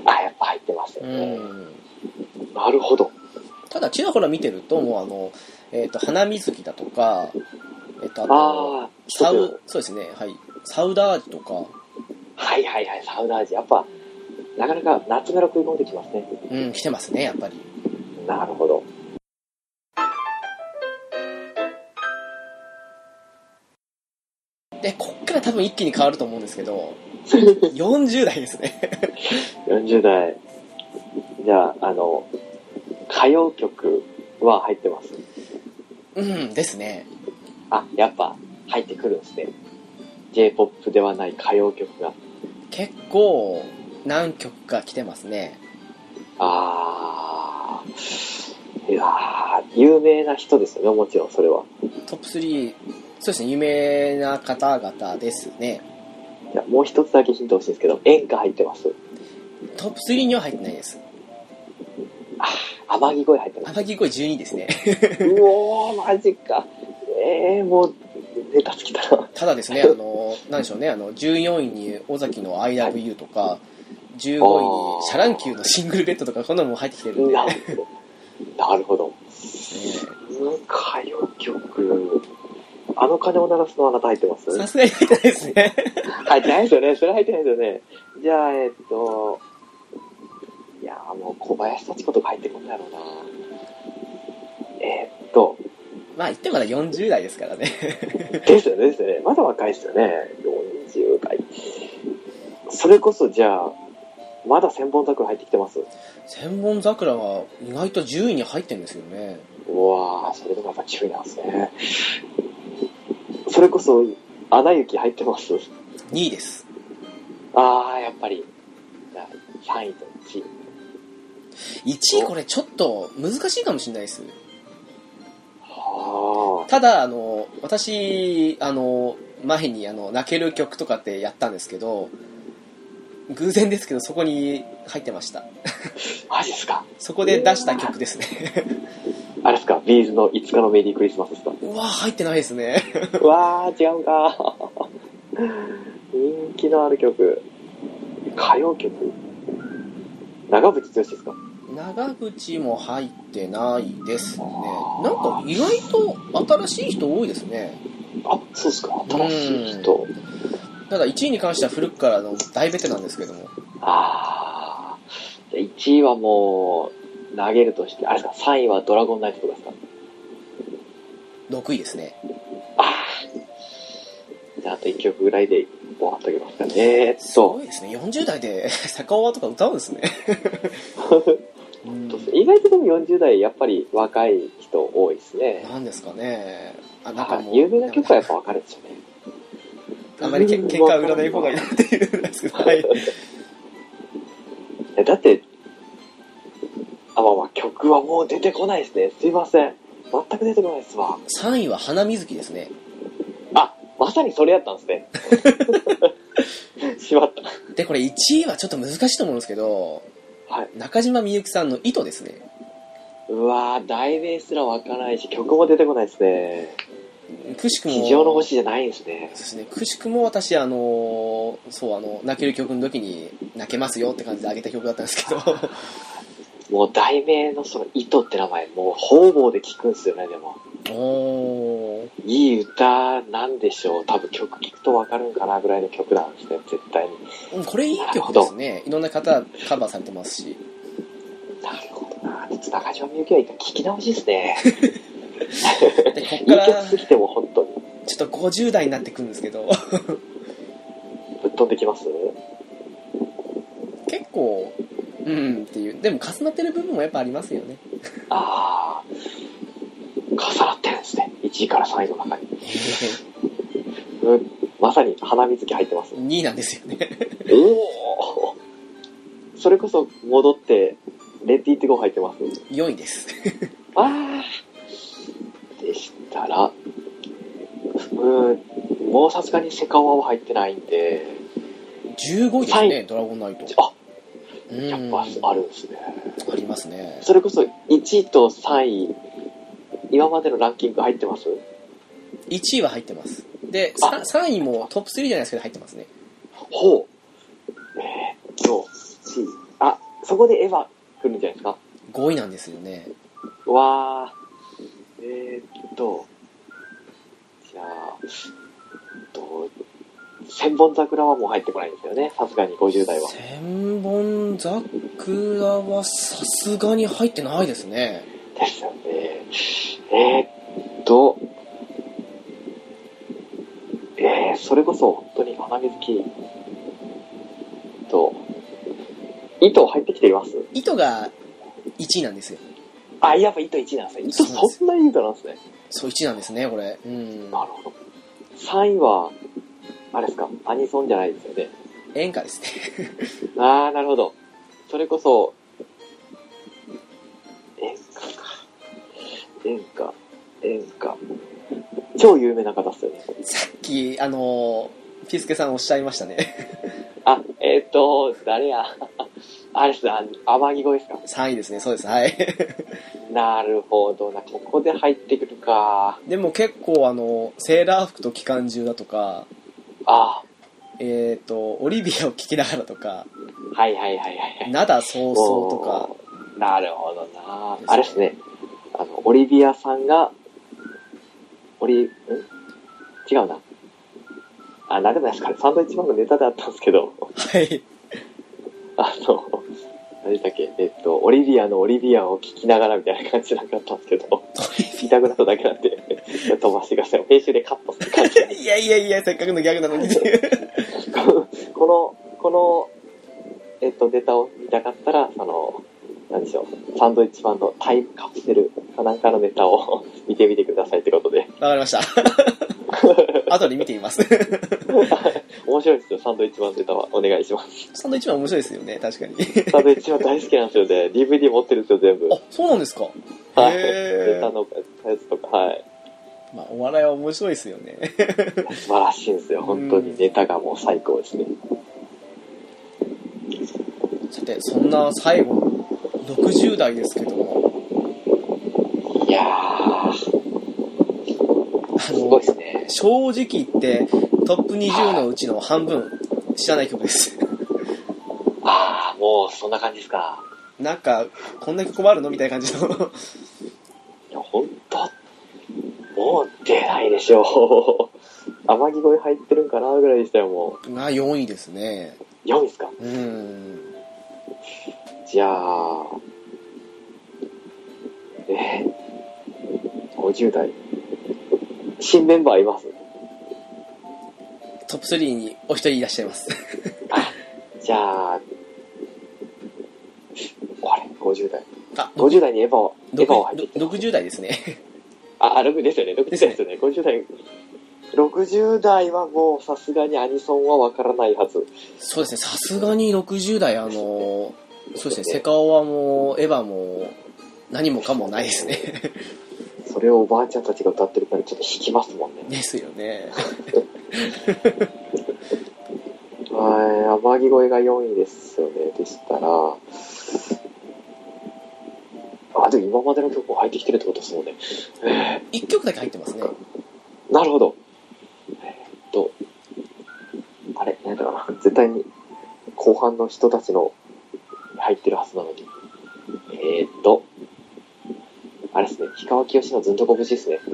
あ、やっぱ入ってますよ
う
ね。
ん
なるほど。
ただちらほら見てるともうあの、えっと花水木だとかえっ、とあと
ああ、
サ
ちょっ
ウそうですねはいサウダージとか
とはいはいはい、サウナ味。やっぱ、なかなか夏メロ食い込んできますね。
うん来てますねやっぱり
なるほど。
でこっから多分一気に変わると思うんですけど40代ですね
40代。じゃあ、あの、歌謡曲は入ってます。
うんですね
あ、やっぱ入ってくるんですね。J-POP ではない歌謡曲が。
結構何曲か来てますね
ああ、いやー有名な人ですよね、もちろんそれは。
トップ3そうですね有名な方々ですね
じゃあもう一つだけヒント欲しいんですけど、演歌入ってます。
トップ3には入ってないです
天城声入ってます。
天城越え12位ですね
うおー、マジか。ええー、もう、ネタつきたな。
ただですねあのなんでしょうねあの14位に尾崎の「ILOVEYOU」とか15位に「シャランキュー」のシングルベッドとかこんなのも入ってきてるんで、
な
ね
なるほど。うん歌謡曲。あの鐘を鳴らすのあなた入ってます
さすがに入ってないですね
入ってないですよね。それ入ってないですよね。じゃあ、えっと、いやー、もう小林幸子とか入ってこんだろうな。えーっと、
まあ言ってもまだ40代ですからね
ですよね、ですよね。まだ若いですよね。40代。それこそ、じゃあ、まだ千本桜入ってきてます。う
千本桜は意外と10位に入ってるんですよね
わー、それでまた9位なんですね。それこそ、アナ雪入ってます。
2位です
あー、やっぱり。じゃあ3位と1位。
1位これちょっと難しいかもしれないです
は
ただあの私あの前にあの泣ける曲とかってやったんですけど偶然ですけどそこに入ってました
マジですか
そこで出した曲ですね
あれですかビーズの5日のメリークリスマス ですか
うわー入ってないですね
うわー、違うか 人気のある曲。歌謡曲長渕剛ですか
長渕も入ってないですねなんか意外と新しい人多いですね
あ、そうですか新しい人。
ただ1位に関しては古くからの大ベテランですけども
あー。じゃあ1位はもう、投げるとして、あれですか ?3 位はドラゴンナイトとかですか
6位ですね
あー。じゃああと1曲ぐらいで、ボーっときますかね。そう。
多いですね40代で 坂尾とか歌うんですねうん
意外とでも40代やっぱり若い人多いですね。
なんですかねあなんか
はい
もう
有名な曲はやっぱ分かるんですよね。
あまりけん喧嘩は売らない方がいいなっていうんですけど、はい、
えだって、あ、まあまあ曲はもう出てこないですね。すいません。全く出てこないですわ。
3位は花水木ですね
あ、まさにそれやったんですね。 しまった。
でこれ1位はちょっと難しいと思うんですけど
はい。
中島みゆきさんの「糸」ですね
うわぁ、題名すら分からないし、曲も出てこないですね。
くしくも
地上の星じゃないんですね
そう。ですねくしくも私あのそうあの泣ける曲の時に泣けますよって感じであげた曲だったんですけど
もう題名のその糸って名前、もう方々で聞くんですよね、でも。
おー
いい歌なんでしょう。多分曲聴くとわかるんかなぐらいの曲なんですね、絶対に。
うんこれいい曲ですねいろんな方カバーされてますし
なるほどな。ちょっと中島みゆきは一回聴き直しですね。
でこっ
いい
から
曲す
ち
ぎても本当に
ょっと50代になってくるんですけど
ぶっ飛んできます。
結構うんっていうでも重なってる部分もやっぱありますよね
ああ。重なってるんですね。1位から3位の中に。うんまさに花水木入ってます。
2位なんですよね
おお。それこそ戻って、レッディーってゴー入ってます。
4位です
ああ。でしたら、うん、もうさすがにセカオワは入ってないんで、
15位です
は
ねドラゴンナイト
あ、
うん
やっぱあるんですね。
ありますね
それこそ1位と3位、今までのランキング入ってます
1位は入ってますで
あ
3, 位もトップ3じゃないですけど入ってますね
ほう。えーっと、1位。あ、そこでエヴァ来るんじゃないですか
5位なんですよね
わー。えーっと、じゃあ、えっと、千本桜はもう入ってこないんですよね。さすがに50代は。
千本桜はさすがに入ってないですね
ですよね。えーっと、えー、それこそ本当に花水木と、糸入ってきています
糸が1位なんですよ
あ、やっぱ糸1なんですね。糸
そうなんです
そんなにいい糸なんですね。
そう1位なんですねこれうん
なるほど。3位は、あれですか、アニソンじゃないですよね。
演歌ですね
あー、なるほど。それこそ、演歌か。演歌、演歌。超有名な方っすよね。
さっきあのーピスケさんおっしゃいましたね
あ、えーっ、と、誰や。 あれっすね、あの天城越えです
3位ですねそうですはい
か。なるほどな、ここで入ってくるか。
でも結構あのセーラー服と機関銃だとか
あ
えっ、とオリビアを聴きながらとか
ー、はいはいはいはいはい。
ナダそうそうとか
おーなるほどな
ですね
あれですねあのオリビアさんがオリん違うなあなんでもないですかねサンドイッチマンのネタであったんですけど
はい
あの何でしたっけえっとオリビアのオリビアを聞きながらみたいな感じじゃなかったんですけど聞きたくなっただけなんで 飛ばしてください編集でカットする感じ で
いやいやいやせっかくのギャグなのに
このこのえっとネタを見たかったらそのなんでしょうサンドイッチマンのタイムカプセルかなんかのネタを 見てみてくださいってことで
わかりました 後で見てみます
面白いですよ、サンドイッチマンネタは。お願いし ます。
サンドイッチマン面白いですよね確かに
サンドイッチマン大好きなんですよね。DVD 持ってるんですよ、全部。
あそうなんですか
はい。
へ
ネタ
ー
のやつとか、はい。
まあお笑いは面白いですよね
素晴らしいんですよ、本当
う
に。
ん
ネタがもう最高ですね。
ってそんな最後60代ですけども
いやー、
あ
すごい
の
ですね。
正直言ってトップ20のうちの半分知らない曲です
あー、もうそんな感じですか。
なんかこんな曲もあるのみたいな感じの
いや、ほんと、もう出ないでしょ う。天城越え入ってるんかなぐらいでしたよ、も
が4位ですね
う。4位ですか
うん
じゃあ、えー、50代。新メンバーいます
トップ3にお一人いらっしゃいます
じゃあ、これ、50代。
あ
50代にエヴァを、エヴァを入ってる。
60代ですね
あ、あ、6ですよね、60代ですよね、50代。60代はもうさすがにアニソンはわからないはず。
そうですねさすがに60代あのそうですねセカオワもエヴァも何もかもないですね
それをおばあちゃんたちが歌ってるからちょっと弾きますもんね。
ですよね
はい、天城越えが4位ですよね、でしたら。あ、でも今までの曲も入ってきてるってことですもんね。
1曲だけ入ってますね
なるほど。えーっと、あれ、なんだろうな。絶対に後半の人たちの入ってるはずなのに。えーっと、あれですね、氷川きよしのずんとこぶしですね。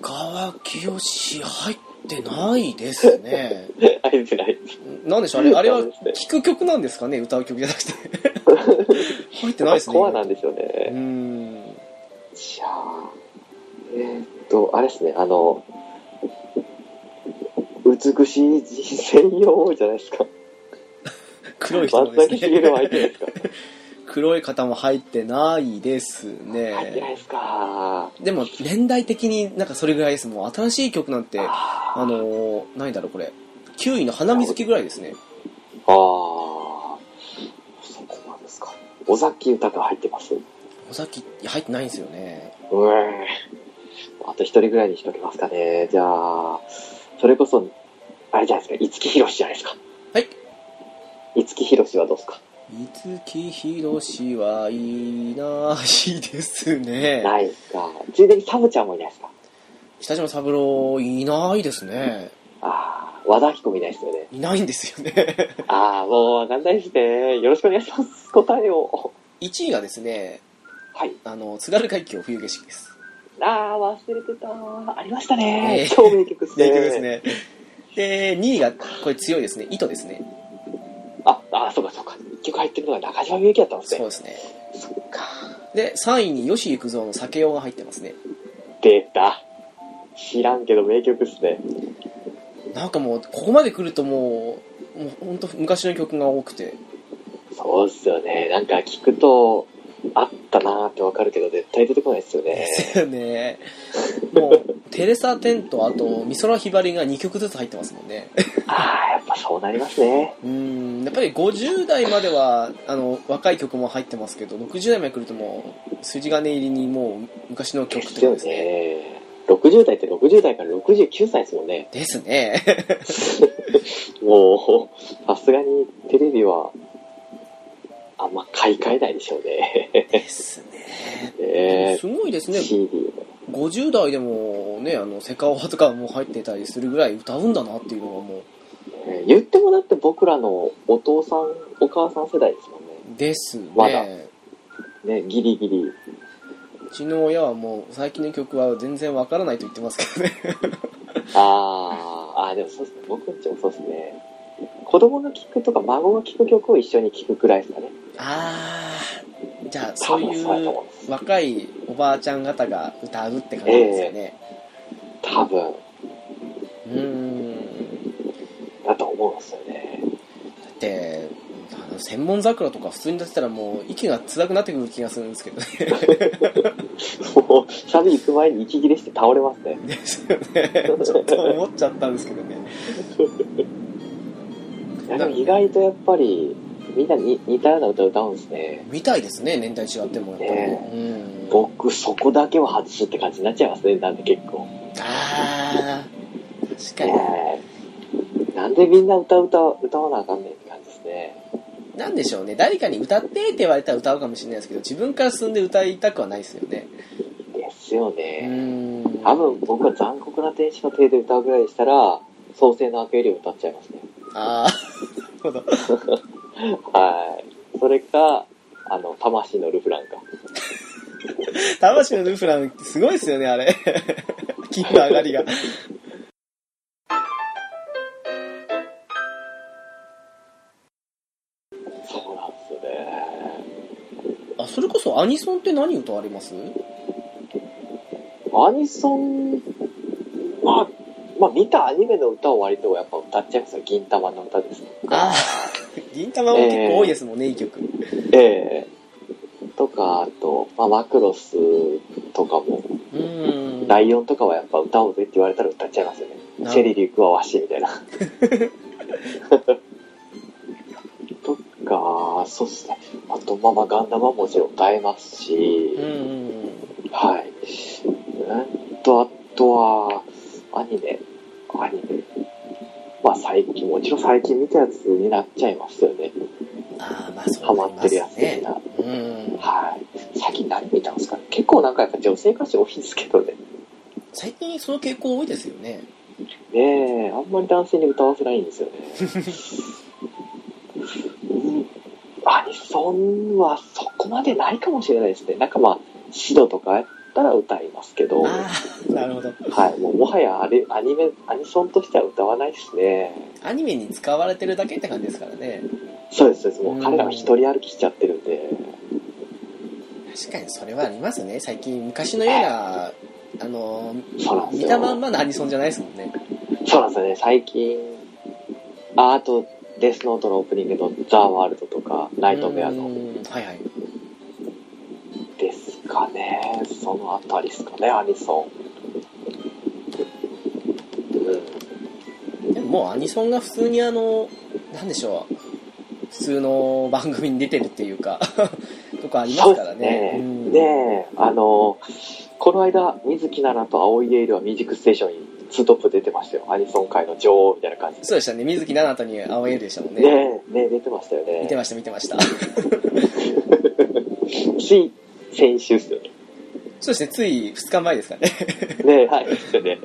氷川きよし入ってないです ね
入ってない。
なんでしょうあれあれは
そうです
聴く曲なんですかね歌う曲じゃなく て入ってないですね
コアなんですよ
う
ね。
ーん
じゃあ、えーっと、あれですね、あの、美しい人生よじゃないですか。
黒い人も
松
です
崎しげる
ね
は入ってないですか。
黒い方も入ってないですね
入ってないですか。
でも年代的になんかそれぐらいですもう新しい曲なんてあ
あー
のー、何だろうこれ9位の花水木ぐらいですね
ああ、そこまでですか。尾崎豊入ってますう
尾崎入ってないんですよね
えあと一人ぐらいにしときますかね。じゃあ、それこそ、あれじゃないですか、五木ひろしじゃないですか。
はい
五木ひろしはどうですか
五木ひろしはいないですね
ないですか。ついでにサブちゃんもいないですか。
北島三郎いないですね
ああ、和田彦もいないですよね。
いないんですよね
ああ、もうわかんないですね。よろしくお願いします。答えを。
1位がですね
はい。
あの津軽海峡冬景色です
ああ、忘れてた。ありましたね。
えー
超名曲ですね。
名曲です。ねで2位がこれ強いですね糸ですね
あ、あー、そうかそうか。一曲入ってるのが中島みゆきだったんで
そ
す
う
ね。
ですね
そっか。
で3位に吉幾三の酒用が入ってますね
出た。知らんけど名曲っすね。
なんかもうここまで来るともうもう本当昔の曲が多くて
そうっすよね。なんか聞くと、あったなーってわかるけど、絶対出てこないっすよね
で。すよねもうテレサ・テンとあと美空ひばりが2曲ずつ入ってますもんね
ああ、やっぱそうなりますね。
うんやっぱり50代まではあの若い曲も入ってますけど60代まで来るともう筋金入りにもう昔の
で
曲って
す
こと
よ
ですね
ね。60代って60代から69歳ですもんね。
ですね
もう、さすがにテレビは、あんま買い替えないでしょう ね。
ですね
ね
すごいです
え
ね
CD
50代でもねあのセカオワとかも入ってたりするぐらい歌うんだなっていうのがも
ね言ってもだって僕らのお父さん、お母さん世代ですもんね。
うですね、
まだね、ギリギリ。
うちの親はもう最近の曲は全然わからないと言ってますけどね
あーあー、でもそうですね。僕んちもそうですね。子供が聞くとか孫が聞く曲を一緒に聞くくらいですかね。
ああじゃあそうい
多分そうだ
う
と思います
若いおばあちゃん方が歌うって感じですよね、
多分、
うーん
だと思うんですよね。
だってあの千本桜とか普通に歌ってたらもう息が辛くなってくる気がするんですけどね
もう、サビ行く前に息切れして倒れますね。
ですよねちょっと思っちゃったんですけどね
いやでも意外とやっぱり、みんなに似たような歌歌うんですね。
みたいですね年代違ってもやっぱり、
ね
うん
僕、そこだけは外すって感じになっちゃいますね。なんで結構。
ああ確かに
ねえなんでみんな歌う歌、歌わなあかんねんって感じですね。
なんでしょうね誰かに歌ってって言われたら歌うかもしれないですけど自分から進んで歌いたくはないですよね
ですよ
う
ね。
ーん
多分僕は残酷な天使の手で歌うぐらいしたら、創世のアクエリを歌っちゃいますね。
ああなるほど
はい。それか、あの、魂のルフランか。
魂のルフランって すごいですよねあれ金の上がりが
そうなんですよね。
あそれこそアニソンって何歌われます
アニソン、まあ、まあ見たアニメの歌を割とやっぱ歌っちゃいますよ。銀玉の歌ですね。
ああ銀玉も結構多いですもんね、いい曲
ええとか、あと、まあマクロスとかも、
うーん
ライオンとかはやっぱ歌おうぜって言われたら歌っちゃいますよね。
な
チェリリュクはわしみた いな。とか、そうっすね。あと、まあまあ、ガンダムはもちろん歌えますし、
うんうんうん
はい。うんと、あとは、アニメ。アニメ。まあ、最近、もちろん最近見たやつになっちゃいますよね。
ああまあそう
ハマ
なり
っ
ま
て
す
るやつみ
ね
たいな。
うん
はい。最近何見たんですかね結構なんかやっぱ女性歌手多いんですけどね。
最近その傾向多いですよね
ねえ、あんまり男性に歌わせないんですよね。うん、アニソンはそこまでないかもしれないですね。なんかまあ、シドとかやったら歌いますけど、は
ああなるほど
い、もうもはやあれアニメ、アニソンとしては歌わないですね。
アニメに使われてるだけって感じですからね
そうです、そうです。もう彼らは一人歩きしちゃってるんで、
確かにそれはありますね最近昔のようなあの
そうなんです
見
よ。
たまんまのアニソンじゃないですもんね
そうなんですよね、最近、ああと、デスノートのオープニングのザ・ワールドとか、ナイトメアの
うんはいはい
ですかね。そのあたりですかね、アニソン。うん。
でももうアニソンが普通にあのなんでしょう普通の番組に出てるっていうか とかありますからね
そうです
うん
ねえ、あの、この間、水木奈々と青いエールはミュージックステーションにツートップ出てましたよ。アニソン界の女王みたいな感じ
そうでしたね水木奈々とに青いエールでしたもん
で。
ね
ねえ、ねえ、出てましたよ
見て
ね。
ました見てました
つい先週っすよね。
そうですねつい2日前ですかね
ねえ、はい、ですよね。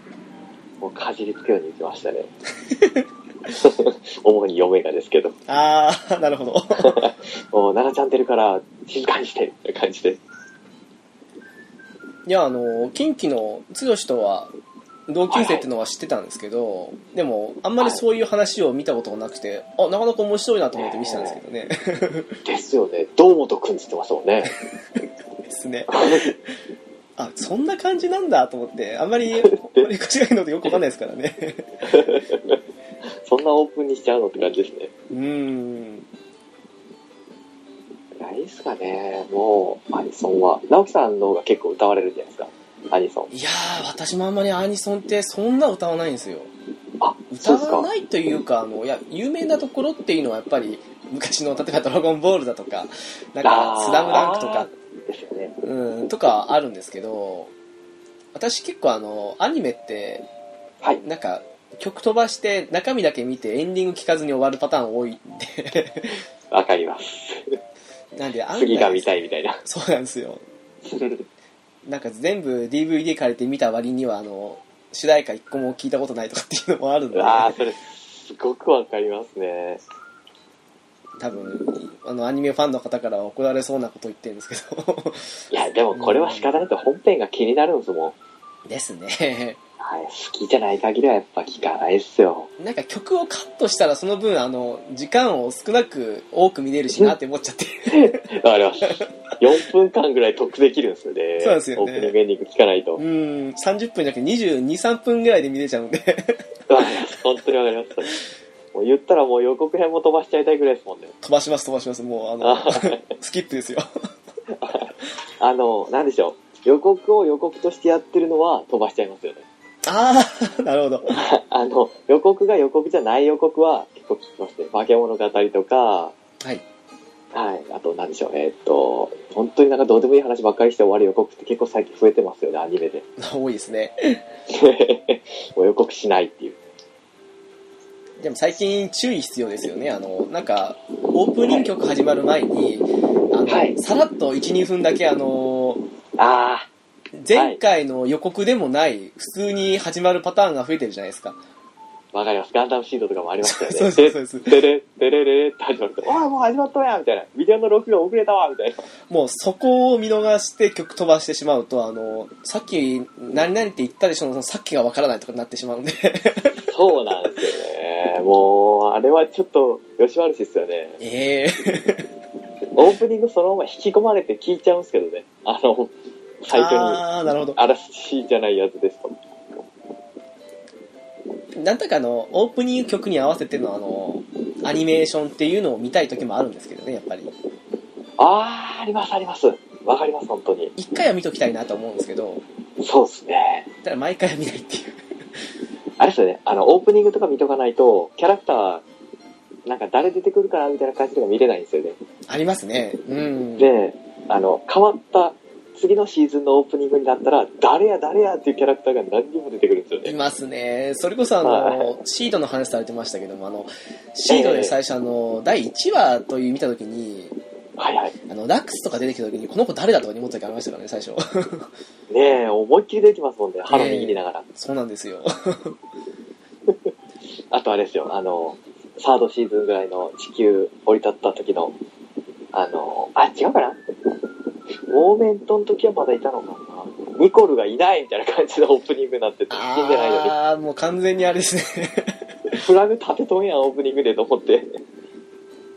もうかじりつくように言ってまし たね。主に嫁がですけど。
ああなるほど
もう奈々ちゃん出るから静かにして、みたいな感じで。
いやあの近畿の剛とは同級生ってのは知ってたんですけど、でもあんまりそういう話を見たことがなくて、あなかなか面白いなと思って見てたんですけどね
ですよね。堂本くんって言ってましたもんね。
ですねあそんな感じなんだと思ってあんまり割り口がいいのとよくわかんないですからね
そんなオープンにしちゃうのって感じですね。
うーん
いや、いいっすかね。もう、アニソンは。直樹さんの方が結構歌われるじゃないですか。アニソン。
いやー私もあんまりアニソンってそんな歌わないんですよ
あ、
歌
そう
わ
で
ないというかあのいや有名なところっていうのはやっぱり昔の例えば「ドラゴンボール」だとか「なん
あ
か
ー
スダムダンク」とか
すか。ですよね。
うんとかあるんですけど私結構あのアニメって
はい。
なんか曲飛ばして中身だけ見てエンディング聞かずに終わるパターン多いんで
わかります。
なんで案外
次が見たいみたいな。
そうなんです よなんか全部 DVD 借りて見た割にはあの主題歌一個も聞いたことないとかっていうのもあるんで
ああ、それ、すごくわかりますね。
多分あのアニメファンの方からは怒られそうなこと言ってるんですけど
いや、でもこれは仕方なく本編が気になるんですもん。
ですね
はい。好きじゃない限りはやっぱ聞かないっすよ。
なんか曲をカットしたらその分あの時間を少なく多く見れるしなって思っちゃって
わかります。4分 間ぐらい得できるんですよね。
そうですよね
オープニングエンディング聞かないと。
うーん30分じゃなくて223分ぐらいで見れちゃうんで
わかります。本当にわかります。もう言ったらもう予告編も飛ばしちゃいたいぐらいですもんね。
飛ばします飛ばしますもうあの
あ
スキップですよ
あの、なんでしょう。予告を予告としてやってるのは飛ばしちゃいますよね。
ああなるほど
あの、予告が予告じゃない予告は結構聞きますね。化け物語とか、は
はい
い。あと、なんでしょう。えーっと、本当になんかどうでもいい話ばっかりして終わる予告って結構最近増えてますよね、アニメで。
多いですね
もう予告しないっていう。
でも最近注意必要ですよね。あの、なんか、オープニング曲始まる前に、あの、
はい
さらっと1、2分だけあの、
あ
前回の予告でもない、普通に始まるパターンが増えてるじゃないですか。
あ、わかります。ガンダムシードとかもありましたよね。
そうそうそうです。
でれでれれれって始まると、おい、もう始まったやんみたいな。ビデオの録画遅れたわみたいな。
もうそこを見逃して曲飛ばしてしまうと、あの、さっき何々って言ったでしょ、そのさっきがわからないとかになってしまうんで。
そうなんですよね。もう、あれはちょっと、吉悪しですよね。
ええ
オープニングそのまま引き込まれて聞いちゃうんですけどね。あの、最初に、
ああ、なるほど。
あらしじゃないやつですと。
なんだかあの、オープニング曲に合わせてのあの、アニメーションっていうのを見たい時もあるんですけどね、やっぱり。
あー、あります、あります。わかります、本当に。
一回は見ときたいなと思うんですけど、
そうですね。
ただ毎回は見ないっていう。
あれですよね、あの、オープニングとか見とかないと、キャラクター、なんか誰出てくるかなみたいな感じとか見れないんですよね。
ありますね。うん。
で、あの、変わった、次のシーズンのオープニングになったら、誰や誰やっていうキャラクターが何人も出てくるんですよ
い
ね。
ますね。それこそあの、シードの話されてましたけども、あの、シードで最初あの、第1話という見た時に、
はいはい。
あの、ラックスとか出てきた時に、この子誰だとか思った時ありましたからね、最初。
ねえ、思いっきり出てきますもんね。歯の握りながら。
そうなんですよ。
あとあれですよ、あの、サードシーズンぐらいの地球降り立った時の、あの、あ、違うかなモーメントの時はまだいたのかなニコルがいないみたいな感じのオープニングになってて、死んでないの
ああ、もう完全にあれですね。
に、フラグ立てとんやん、オープニングでと思って。ね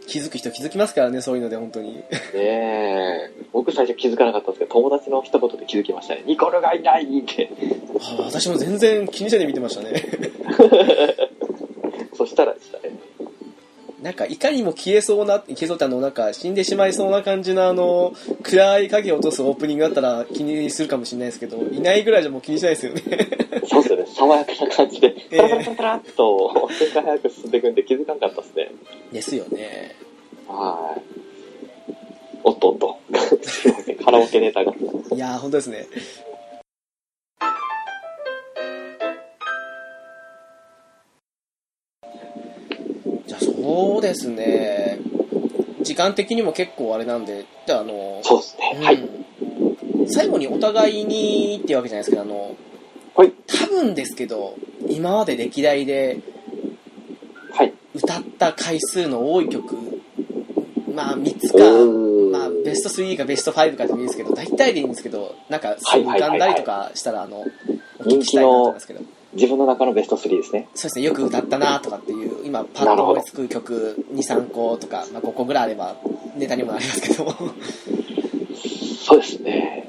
気づく人気づきますからね、そういうので、本当に。
え、僕最初気づかなかったんですけど、友達の一言で気づきましたね。ニコルがいないって。
ああ私も全然気にせずに見てましたね。
そしたらでしたね。
なんか、いかにも消えそうな、消えそうってあの、なんか、死んでしまいそうな感じの、あの、暗い影を落とすオープニングだったら気にするかもしれないですけど、いないぐらいじゃもう気にしないですよね。
そうですよね、爽やかな感じで、
え
タ
え
ラタラタラタラっと、展開早く進んでいくんで気づかなかったですね。
ですよね。
はい。おっとおっと。 すいませんカラオケネタが。
いやー、本当ですね。じゃあ、そうですね。時間的にも結構あれなんで、じゃあ、あの、
そうですね。は
う
い。
ん最後にお互いにっていうわけじゃないですけど、あの、
はい
多分ですけど、今まで歴代で
はい。
歌った回数の多い曲、まあ、3つ
お
か、まあ、
ー。
ベスト3かベスト5かでもいいですけど、大体でいいんですけど、なんか、
はいは
浮
いはい
か
は
ん
い
だりとかしたら、あの、お聞きしたいなと思いますけど、そう
自分の中のベスト3ですね。
ですね、よく歌ったなとかっていう、今、パッ
な
と
るほ
思
ど
いつく曲、2、3個とか、まあ、5個ぐらいあれば、ネタにもなりますけど、
そうですね。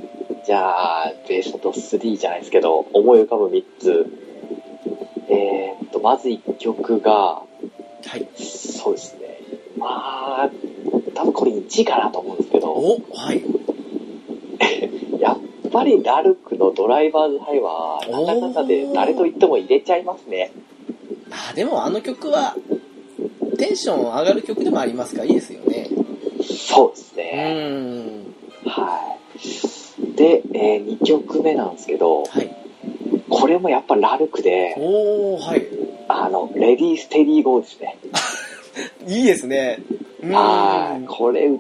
じゃあ、ベスト3じゃないですけど、思い浮かぶ3つ。えーっと、まず1曲が、
はい。
そうですね。まあ、多分これ1位かなと思うんですけど、
おはい。
やっぱりダルクのドライバーズハイは、なかなかで誰と言っても入れちゃいますね。
あーでもあの曲はテンション上がる曲でもありますからいいですよね
そうです
う
ね。
ーん
はい。で、え2曲目なんですけど、
はい
これもやっぱラルクで、
おおはい
あの、レディーステディーゴーですね。
いいですねうーん
はい。これ、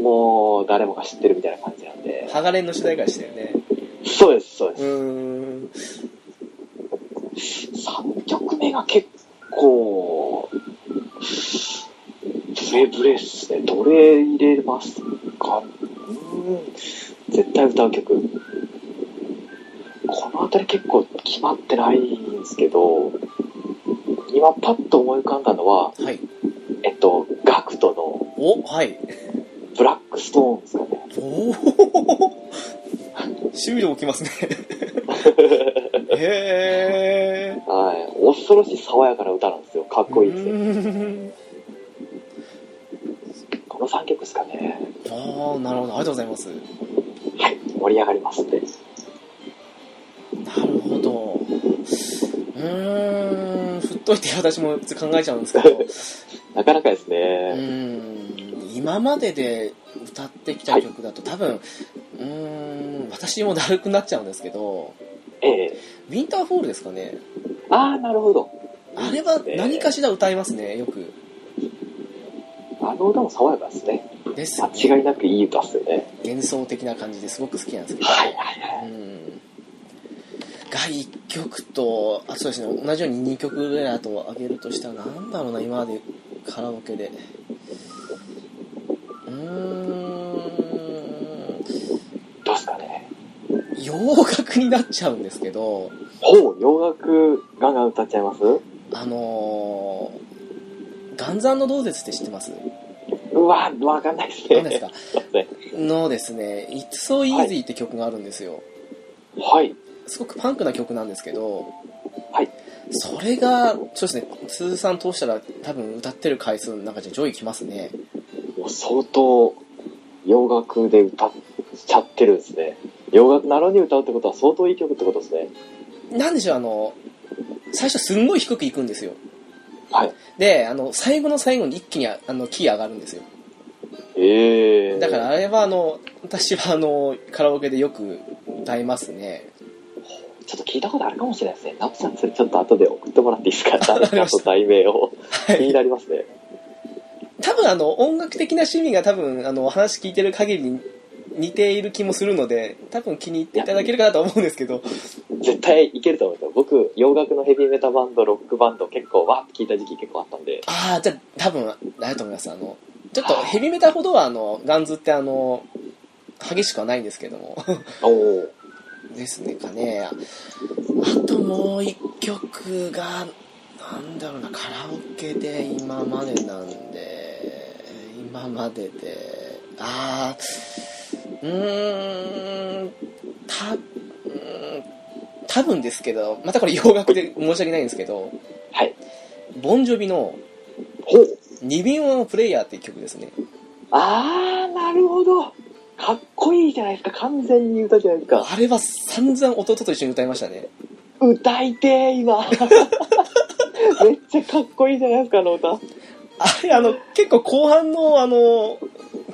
もう、誰もが知ってるみたいな感じなんで。
ハガレンの主題歌でしたよね
そうです、そう
うーん
です。3曲目が結構、ブレブレっすね。どれ入れますかうーん。絶対歌う曲。この辺り結構決まってないんですけど、今パッと思い浮かんだのは、
はい
えっと、ガクトの
おはい
ブラックストーンですかね。
おおしびれ起き ますねへえ
はい。恐ろしい爽やかな歌なんですよ。かっこいいですね。この3曲ですかね。
ああなるほどありがとうございます
はい。盛り上がりますんで。
なるほど。うーん、振っといて私も普通考えちゃうんですけど、う
なかなかですね。
ーん、今までで歌ってきた曲だと多分、うーん、私もだるくなっちゃうんですけど、
ええ
ウィンターフォールですかね。
ああ、なるほど。
あれは何かしら歌いますねよく
あの歌も爽やかですね。
ですよ
間
ね
違いなくいい歌っすよね。
幻想的な感じですごく好きなんですけど
はいはいはい。
うんが1曲とあそうですね同じように2曲ぐらいあと上げるとしたらなんだろうな今までカラオケでうー
どうですかね。
ん洋楽になっちゃうんですけど
ほう、洋楽ガンガン歌っちゃいます
あのー、ガンザンの同絶って知ってます
うわ、わかんないっ すね。
何ですか
だって
のですね「It's So Easy」って曲があるんですよ、
はい。
すごくパンクな曲なんですけど、
はい
それが、そうですね、通算通したら多分歌ってる回数の中じゃ上位きますね。
もう相当洋楽で歌っちゃってるんですね。洋楽なのに歌うってことは相当いい曲ってことですね。
なんでしょう、あの、最初すんごい低くいくんですよ。
はい。
で、あの、最後の最後に一気にああのキー上がるんですよ。
ええー。
だからあれはあの、私はあの、カラオケでよく歌いますね。
ちょっと聞いたことあるかもしれないですね。ナプさん、それちょっと後で送ってもらってい いですか誰かと題名を。
は
気に
い。
なりますね。
多分あの、音楽的な趣味が多分、あの、お話聞いてる限り似ている気もするので、多分気に入っていただけるかなと思うんですけど、
絶対いけると思いますよ。僕、洋楽のヘビーメタバンド、ロックバンド、結構、わーって聞いた時期結構あったんで。
ああ、じゃあ、多分、あれだと思います。あの、ちょっとヘビメタほどは、あの、ガンズって、あの、激しくはないんですけども。
おお。
ですね、かね。あともう一曲が、なんだろうな、カラオケで今までなんで、今までで、ああ、うーん、た、うーん、多分ですけど、またこれ洋楽で申し訳ないんですけど、
はい。
ボンジョビの
ほう。
二瓶ワンプレイヤーっていう曲ですね。
あー、なるほど。かっこいいじゃないですか。完全に歌じゃないですか。
あれは散々弟と一緒に歌いましたね。
歌いてー、 今。めっちゃかっこいいじゃないですか、あの歌。
あれ、あの、結構後半の、あの、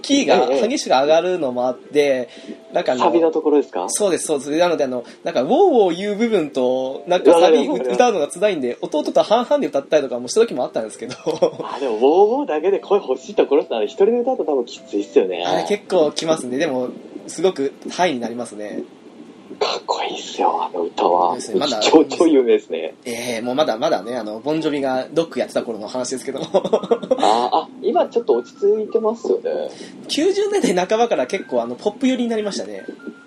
キーが激しく上がるのもあって、なんかあ
サビの
の、
ところですか
そうです、そうです。なので、あの、なんか、ウォーウォー言う部分と、なんかサビ
わかるわかる
歌うのが辛いんで、弟と半々で歌ったりとかもした時もあったんですけ ど、
あ、でも、ウォーウォーだけで声欲しいところってのは、一人で歌うと多分きついっすよね。
あれ結構きますね。でも、すごくハイになりますね。
かっこいいっすよ、あの歌は。
ですねまだ
超、超有名です ね。
ええもうまだまだね、あの、ボンジョビがロックやってた頃の話ですけど も。
あーあ、今ちょっと落ち着いてますよね。
90年代半ばから結構あのポップ寄りになりましたね、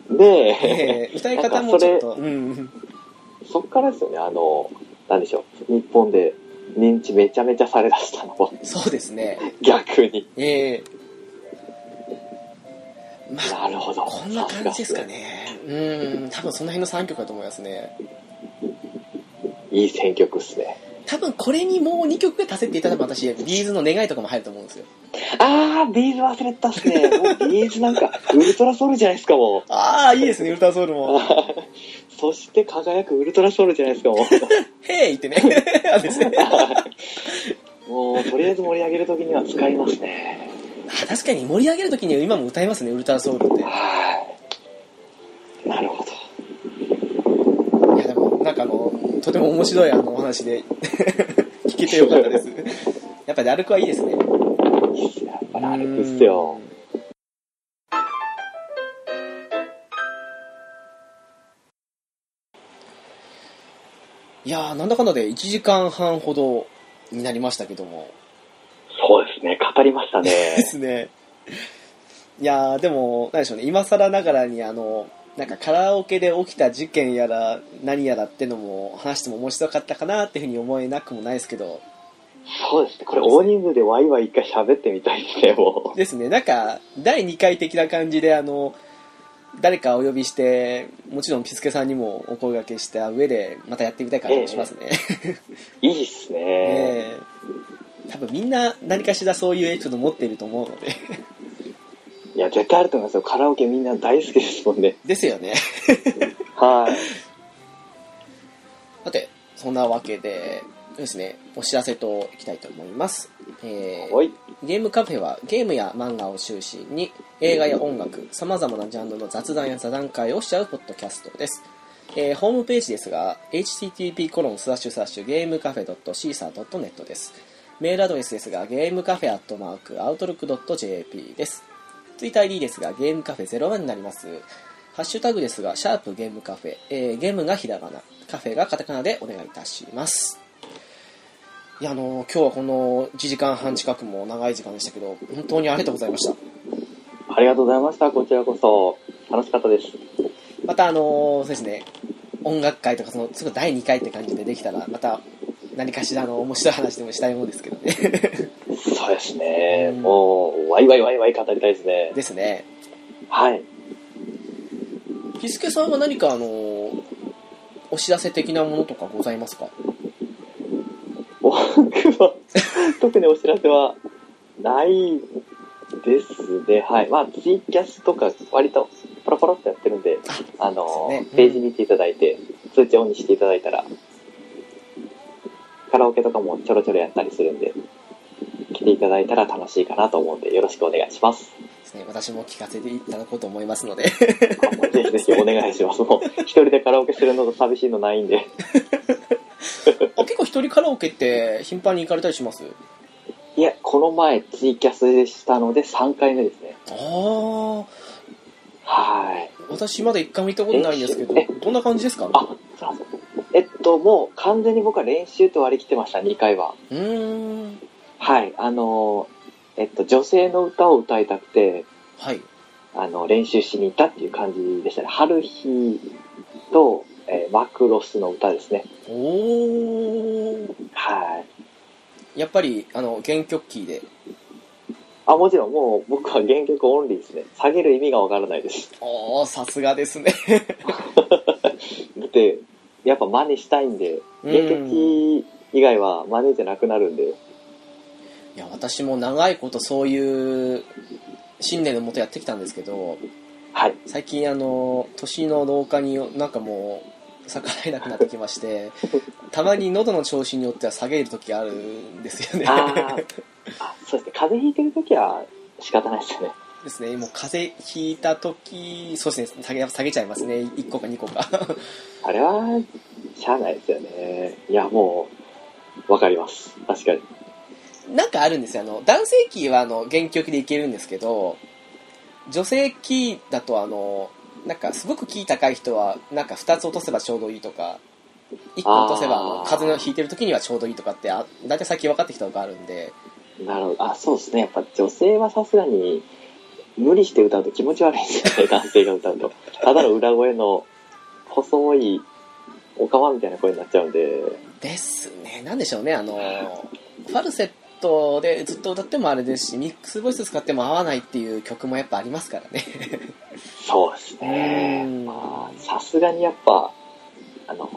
ねえ。
ええ歌い方もちょっと、うん、
そっからですよね、あの、なんでしょう、日本で認知めちゃめちゃされだしたのも、
そうですね、
逆に。
ええまあ、
なるほど。
こんな感じですか
さ
ね、うん、多分その辺の3曲だと思いますね、
すがっすね。いい選曲っすね。
多分これにもう2曲が足せていただく私、ビーズの願いとかも入ると思うんですよ、
あー、ビーズ忘れてたっすね。もうビーズなんか、ウルトラソウルじゃないですか、もう。
ああ、いいですね、ウルトラソウルも、
そして輝くウルトラソウルじゃないですか、もう。
へいってね、あですね
もう、とりあえず盛り上げるときには使いますね。
あ確かに盛り上げるときには今も歌いますね、ウルトラソウルって。
はい。なるほど。
いやでもなんかあのとても面白いあのお話で聞けてよかったですやっぱり歩くはいいですね
いいっすよやっぱりあれっすよ。
いやーなんだかんだで1時間半ほどになりましたけど も
そうですね、語りました
で
ね。
すねいやーでも何でしょうね今更ながらにあのなんかカラオケで起きた事件やら何やらってのも話しても面白かったかなっていうふうに思えなくもないですけど
そうですね、これ大人数でワイワイ一回喋ってみたいですね、もう。
ですねなんか第2回的な感じであの誰かお呼びしてもちろんピスケさんにもお声掛けした上でまたやってみたい感じもしますね、
いいっすね。
ええ多分みんな何かしらそういうエピソード持っていると思うので
いや、絶対あると思いますよ。カラオケみんな大好きですもんね。
ですよね
はい。
さてそんなわけでですねお知らせといきたいと思います、えー
おい。
ゲームカフェはゲームや漫画を中心に映画や音楽さまざまなジャンルの雑談や座談会をしちゃうポッドキャストです、えーホームページですが http コロンスラッシュスラッシュゲームカフェ .caesar.net ですメールアドレスですがゲームカフェアットマーク outlook.jp ですツイッター ID ですがゲームカフェ01になりますハッシュタグですがシャープゲームカフェ、えーゲームがひらがなカフェがカタカナでお願いいたしますいやあのー今日はこの1時間半近くも長い時間でしたけど本当にありがとうございました
ありがとうございました。こちらこそ。楽しかったです。
またあのーそうですね音楽会とかそのすぐ第2回って感じでできたらまた何かしらの面白い話でもしたいもんですけどね
そうですね
うん
もう、ワイワイワイワイ語りたいですね。
ですね
はい。
ピスケさんは何かあのーお知らせ的なものとかございますか
僕は、 特にお知らせは、ないですね。はい。まあ、ツイキャスとか、割と、パラパラってやってるんで、あの、
そうですねうん
ページ見ていただいて、通知オンにしていただいたら、カラオケとかもちょろちょろやったりするんで、来ていただいたら楽しいかなと思うんで、よろしくお願いします。
ですね私も聞かせていただこうと思いますので
ぜひぜひお願いします。もう、一人でカラオケするのと寂しいのないんで。
あ結構一人カラオケって頻繁に行かれたりします
いや、この前ツイキャスでしたので3回目ですね。
ああ
はい。
私まだ一回も行ったことないんですけど
え
どんな感じですか
あ、そうなんですえっと、もう完全に僕は練習と割り切ってました、2回は。
うーん
はい。あの、えっと、女性の歌を歌いたくて、
はい
あの、練習しに行ったっていう感じでしたね。春日と、えーマクロスの歌ですね。
おお
はい。
やっぱりあの原曲キーで
あ、もちろんもう僕は原曲オンリーですね。下げる意味がわからないです。
おーさすがですね
で、やっぱ真似したいんで、
うん
原曲以外は真似じゃなくなるんで、
いや私も長いことそういう信念のもとやってきたんですけど
はい。
最近あの年の老化になんかもう逆らえなくなってきましてたまに喉の調子によっては下げる時あるんですよね
あーあ、そうですね。風邪ひいてるときは仕方ないですね。
ですねもう風邪ひいた時そうですね下げ下げちゃいますね1個か2個か
あれは、しゃあないですよね。いや、もう、わかります。確かに。
なんかあるんですよあの男性キーはあの原曲でいけるんですけど女性キーだとあのなんかすごくキー高い人はなんか2つ落とせばちょうどいいとか1個落とせばあの
あー
風邪のひいてる時にはちょうどいいとかってあ大体最近分かってきたのがあるんで
なるほど。あ、そうですね。やっぱ女性はさすがに、無理して歌うと気持ち悪いんですよね。男性が歌うと。 ただの裏声の、細い、おかまみたいな声になっちゃうんで。
ですねなんでしょうねあのファルセットでずっと歌ってもあれですしミックスボイス使っても合わないっていう曲もやっぱありますからね
そうですね
う。ん
まあ、さすがにやっぱ、あの、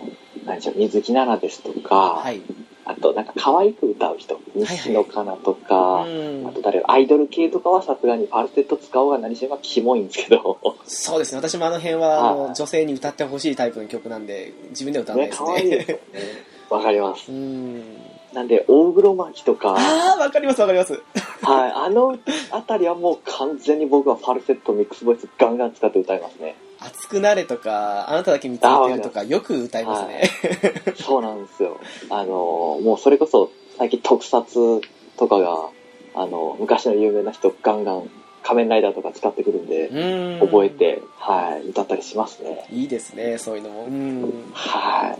何でしょう、水木奈々ですとか、
はい
あと、なんか可愛く歌う人、西野カナとか、
うん
あと誰アイドル系とかはさすがにファルセット使おうが何しようがキモいんですけど、
そうですね私もあの辺はあ
は
の
い
女性に歌ってほしいタイプの曲なんで自分では歌わない
ね、
です
可
ね
愛いですよね。わかりま す。
うーん
なんで、大黒摩季とか、はい、
ああわかりますわかります
あのあたりはもう完全に僕はファルセット、ミックスボイスガンガン使って歌いますね。
熱くなれとかあなただけ見つめてるとかよく歌いますね、
そうなんですよ。あの、もうそれこそ最近特撮とかが、あの、昔の有名な人ガンガン仮面ライダーとか使ってくるんで、
うーん
覚えて、はい、歌ったりしますね。
いいですねそういうのもうーん
はい。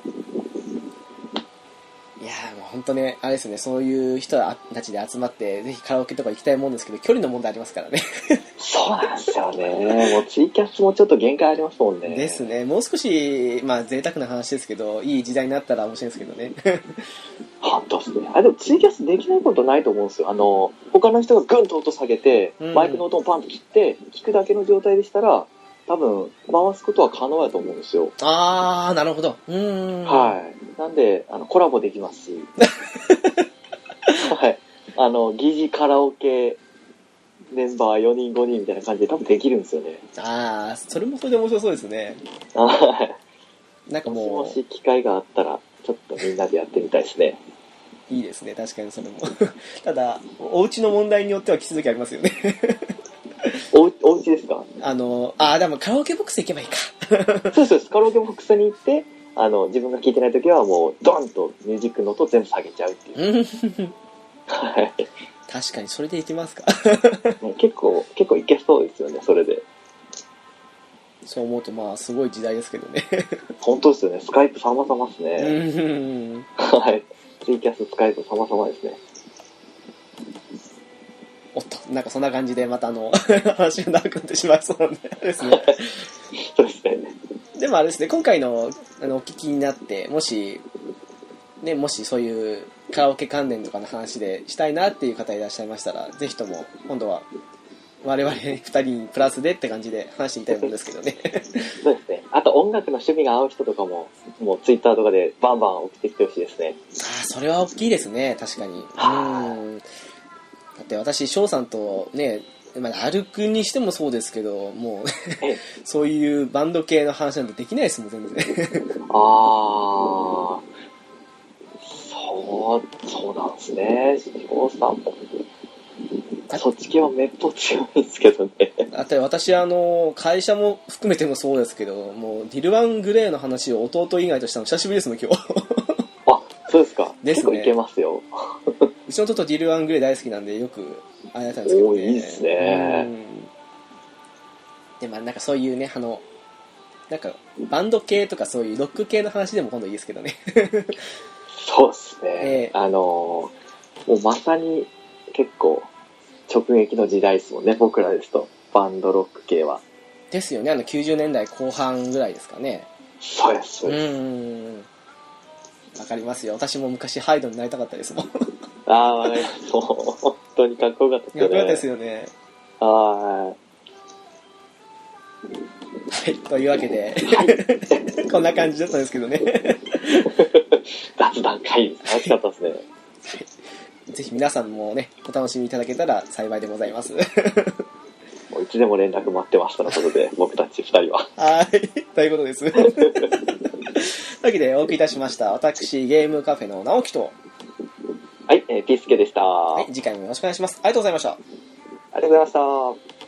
いやーもう本当ねあれですねそういう人たちで集まってぜひカラオケとか行きたいもんですけど距離の問題ありますからね
そうなんですよね。もうツイキャスもちょっと限界ありますもんね。
です。ねもう少しまあ贅沢な話ですけどいい時代になったら面白いですけど ね
本当ですね。あ、でもツイキャスできないことないと思うんですよ。あの、他の人がグンと音下げて、
うん
マイクの音をパンと切って、聞くだけの状態でしたら、多分、回すことは可能だと思うんですよ。
ああなるほどうーん
はい。なんで、あの、コラボできます し。はい。あの、疑似カラオケメンバー4人5人みたいな感じで多分できるんですよね。
ああそれもそれで面白そうですね
はい。
なんか
も
も
し機会があったら、ちょっとみんなでやってみたいですね。
ういいですね確かにそれも ただお家の問題によってはきつい時ありますよね
おうおうちですか
あのああでもカラオケボックス行けばいいか
そうそうですカラオケボックスに行ってあの自分が聴いてない時はもうドンとミュージックの音全部下げちゃうってい
う
う、
ん
はい
確かにそれでいきますか
ね結構結構いけそうですよねそれで
そう思うとまあすごい時代ですけどね
本当ですよねスカイプ様々ですね、
うん
はい。ツイキャス、スカイプ、様々ですね。
おっとなんかそんな感じでまたあの 話が長くなってしまいそうなんであれですね
そうですね。
でもあれですね今回のあのお聞きになってもしねもしそういうカラオケ関連とかの話でしたいなっていう方いらっしゃいましたらぜひとも今度は我々2人にプラスでって感じで話してみたいもんですけ どね
そうですね。あと、音楽の趣味が合う人とかも、もうツイッターとかでバンバン送ってきてほしいですね。
ああそれは大きいですね確かにうんだって私翔さんとねまあ、歩くにしてもそうですけどもう
え
そういうバンド系の話なんてできないですもん全然
あー。そう、そうなんですね。翔さんも。そっち系はめっぽう強いんですけどね。
だって私あの会社も含めてもそうですけどもうディル・ワン・グレーの話を弟以外としたの久しぶりですもん今日
あ、そうですか。
ですね
結構いけますよ。
うちの弟ディル・ワン・グレー大好きなんでよくあれだったんですけどね
おーいいっすね
うんでまあなんかそういうねあのなんかバンド系とかそういうロック系の話でも今度いいですけどね
そうですね。
ええ
あのーもうまさに結構直撃の時代ですもんね、僕らですと。バンドロック系は。
ですよねあの90年代後半ぐらいですかね
そうです、そううです。
んわかりますよ私も昔ハイドになりたかったですもんかっ
ああ、わかります。もう、本当にかっこよかったです
こよ
よ
か
ね。
ったですよね
は
はい、というわけで、こんな感じだったんですけどね、
ーい。雑談会、楽しかったですね。
ぜひ皆さんもね、お楽しみいただけたら幸いでございます。
もういつでも連絡待ってますとのことで、僕たち二人は。
はい、ということです。というわけで、お送りいたしました。私、ゲームカフェの直樹と、
はい、えー、ピースケでした。
は
あ
い、次回もよろしくお願いします。ありがとうございました。
りがとうございました。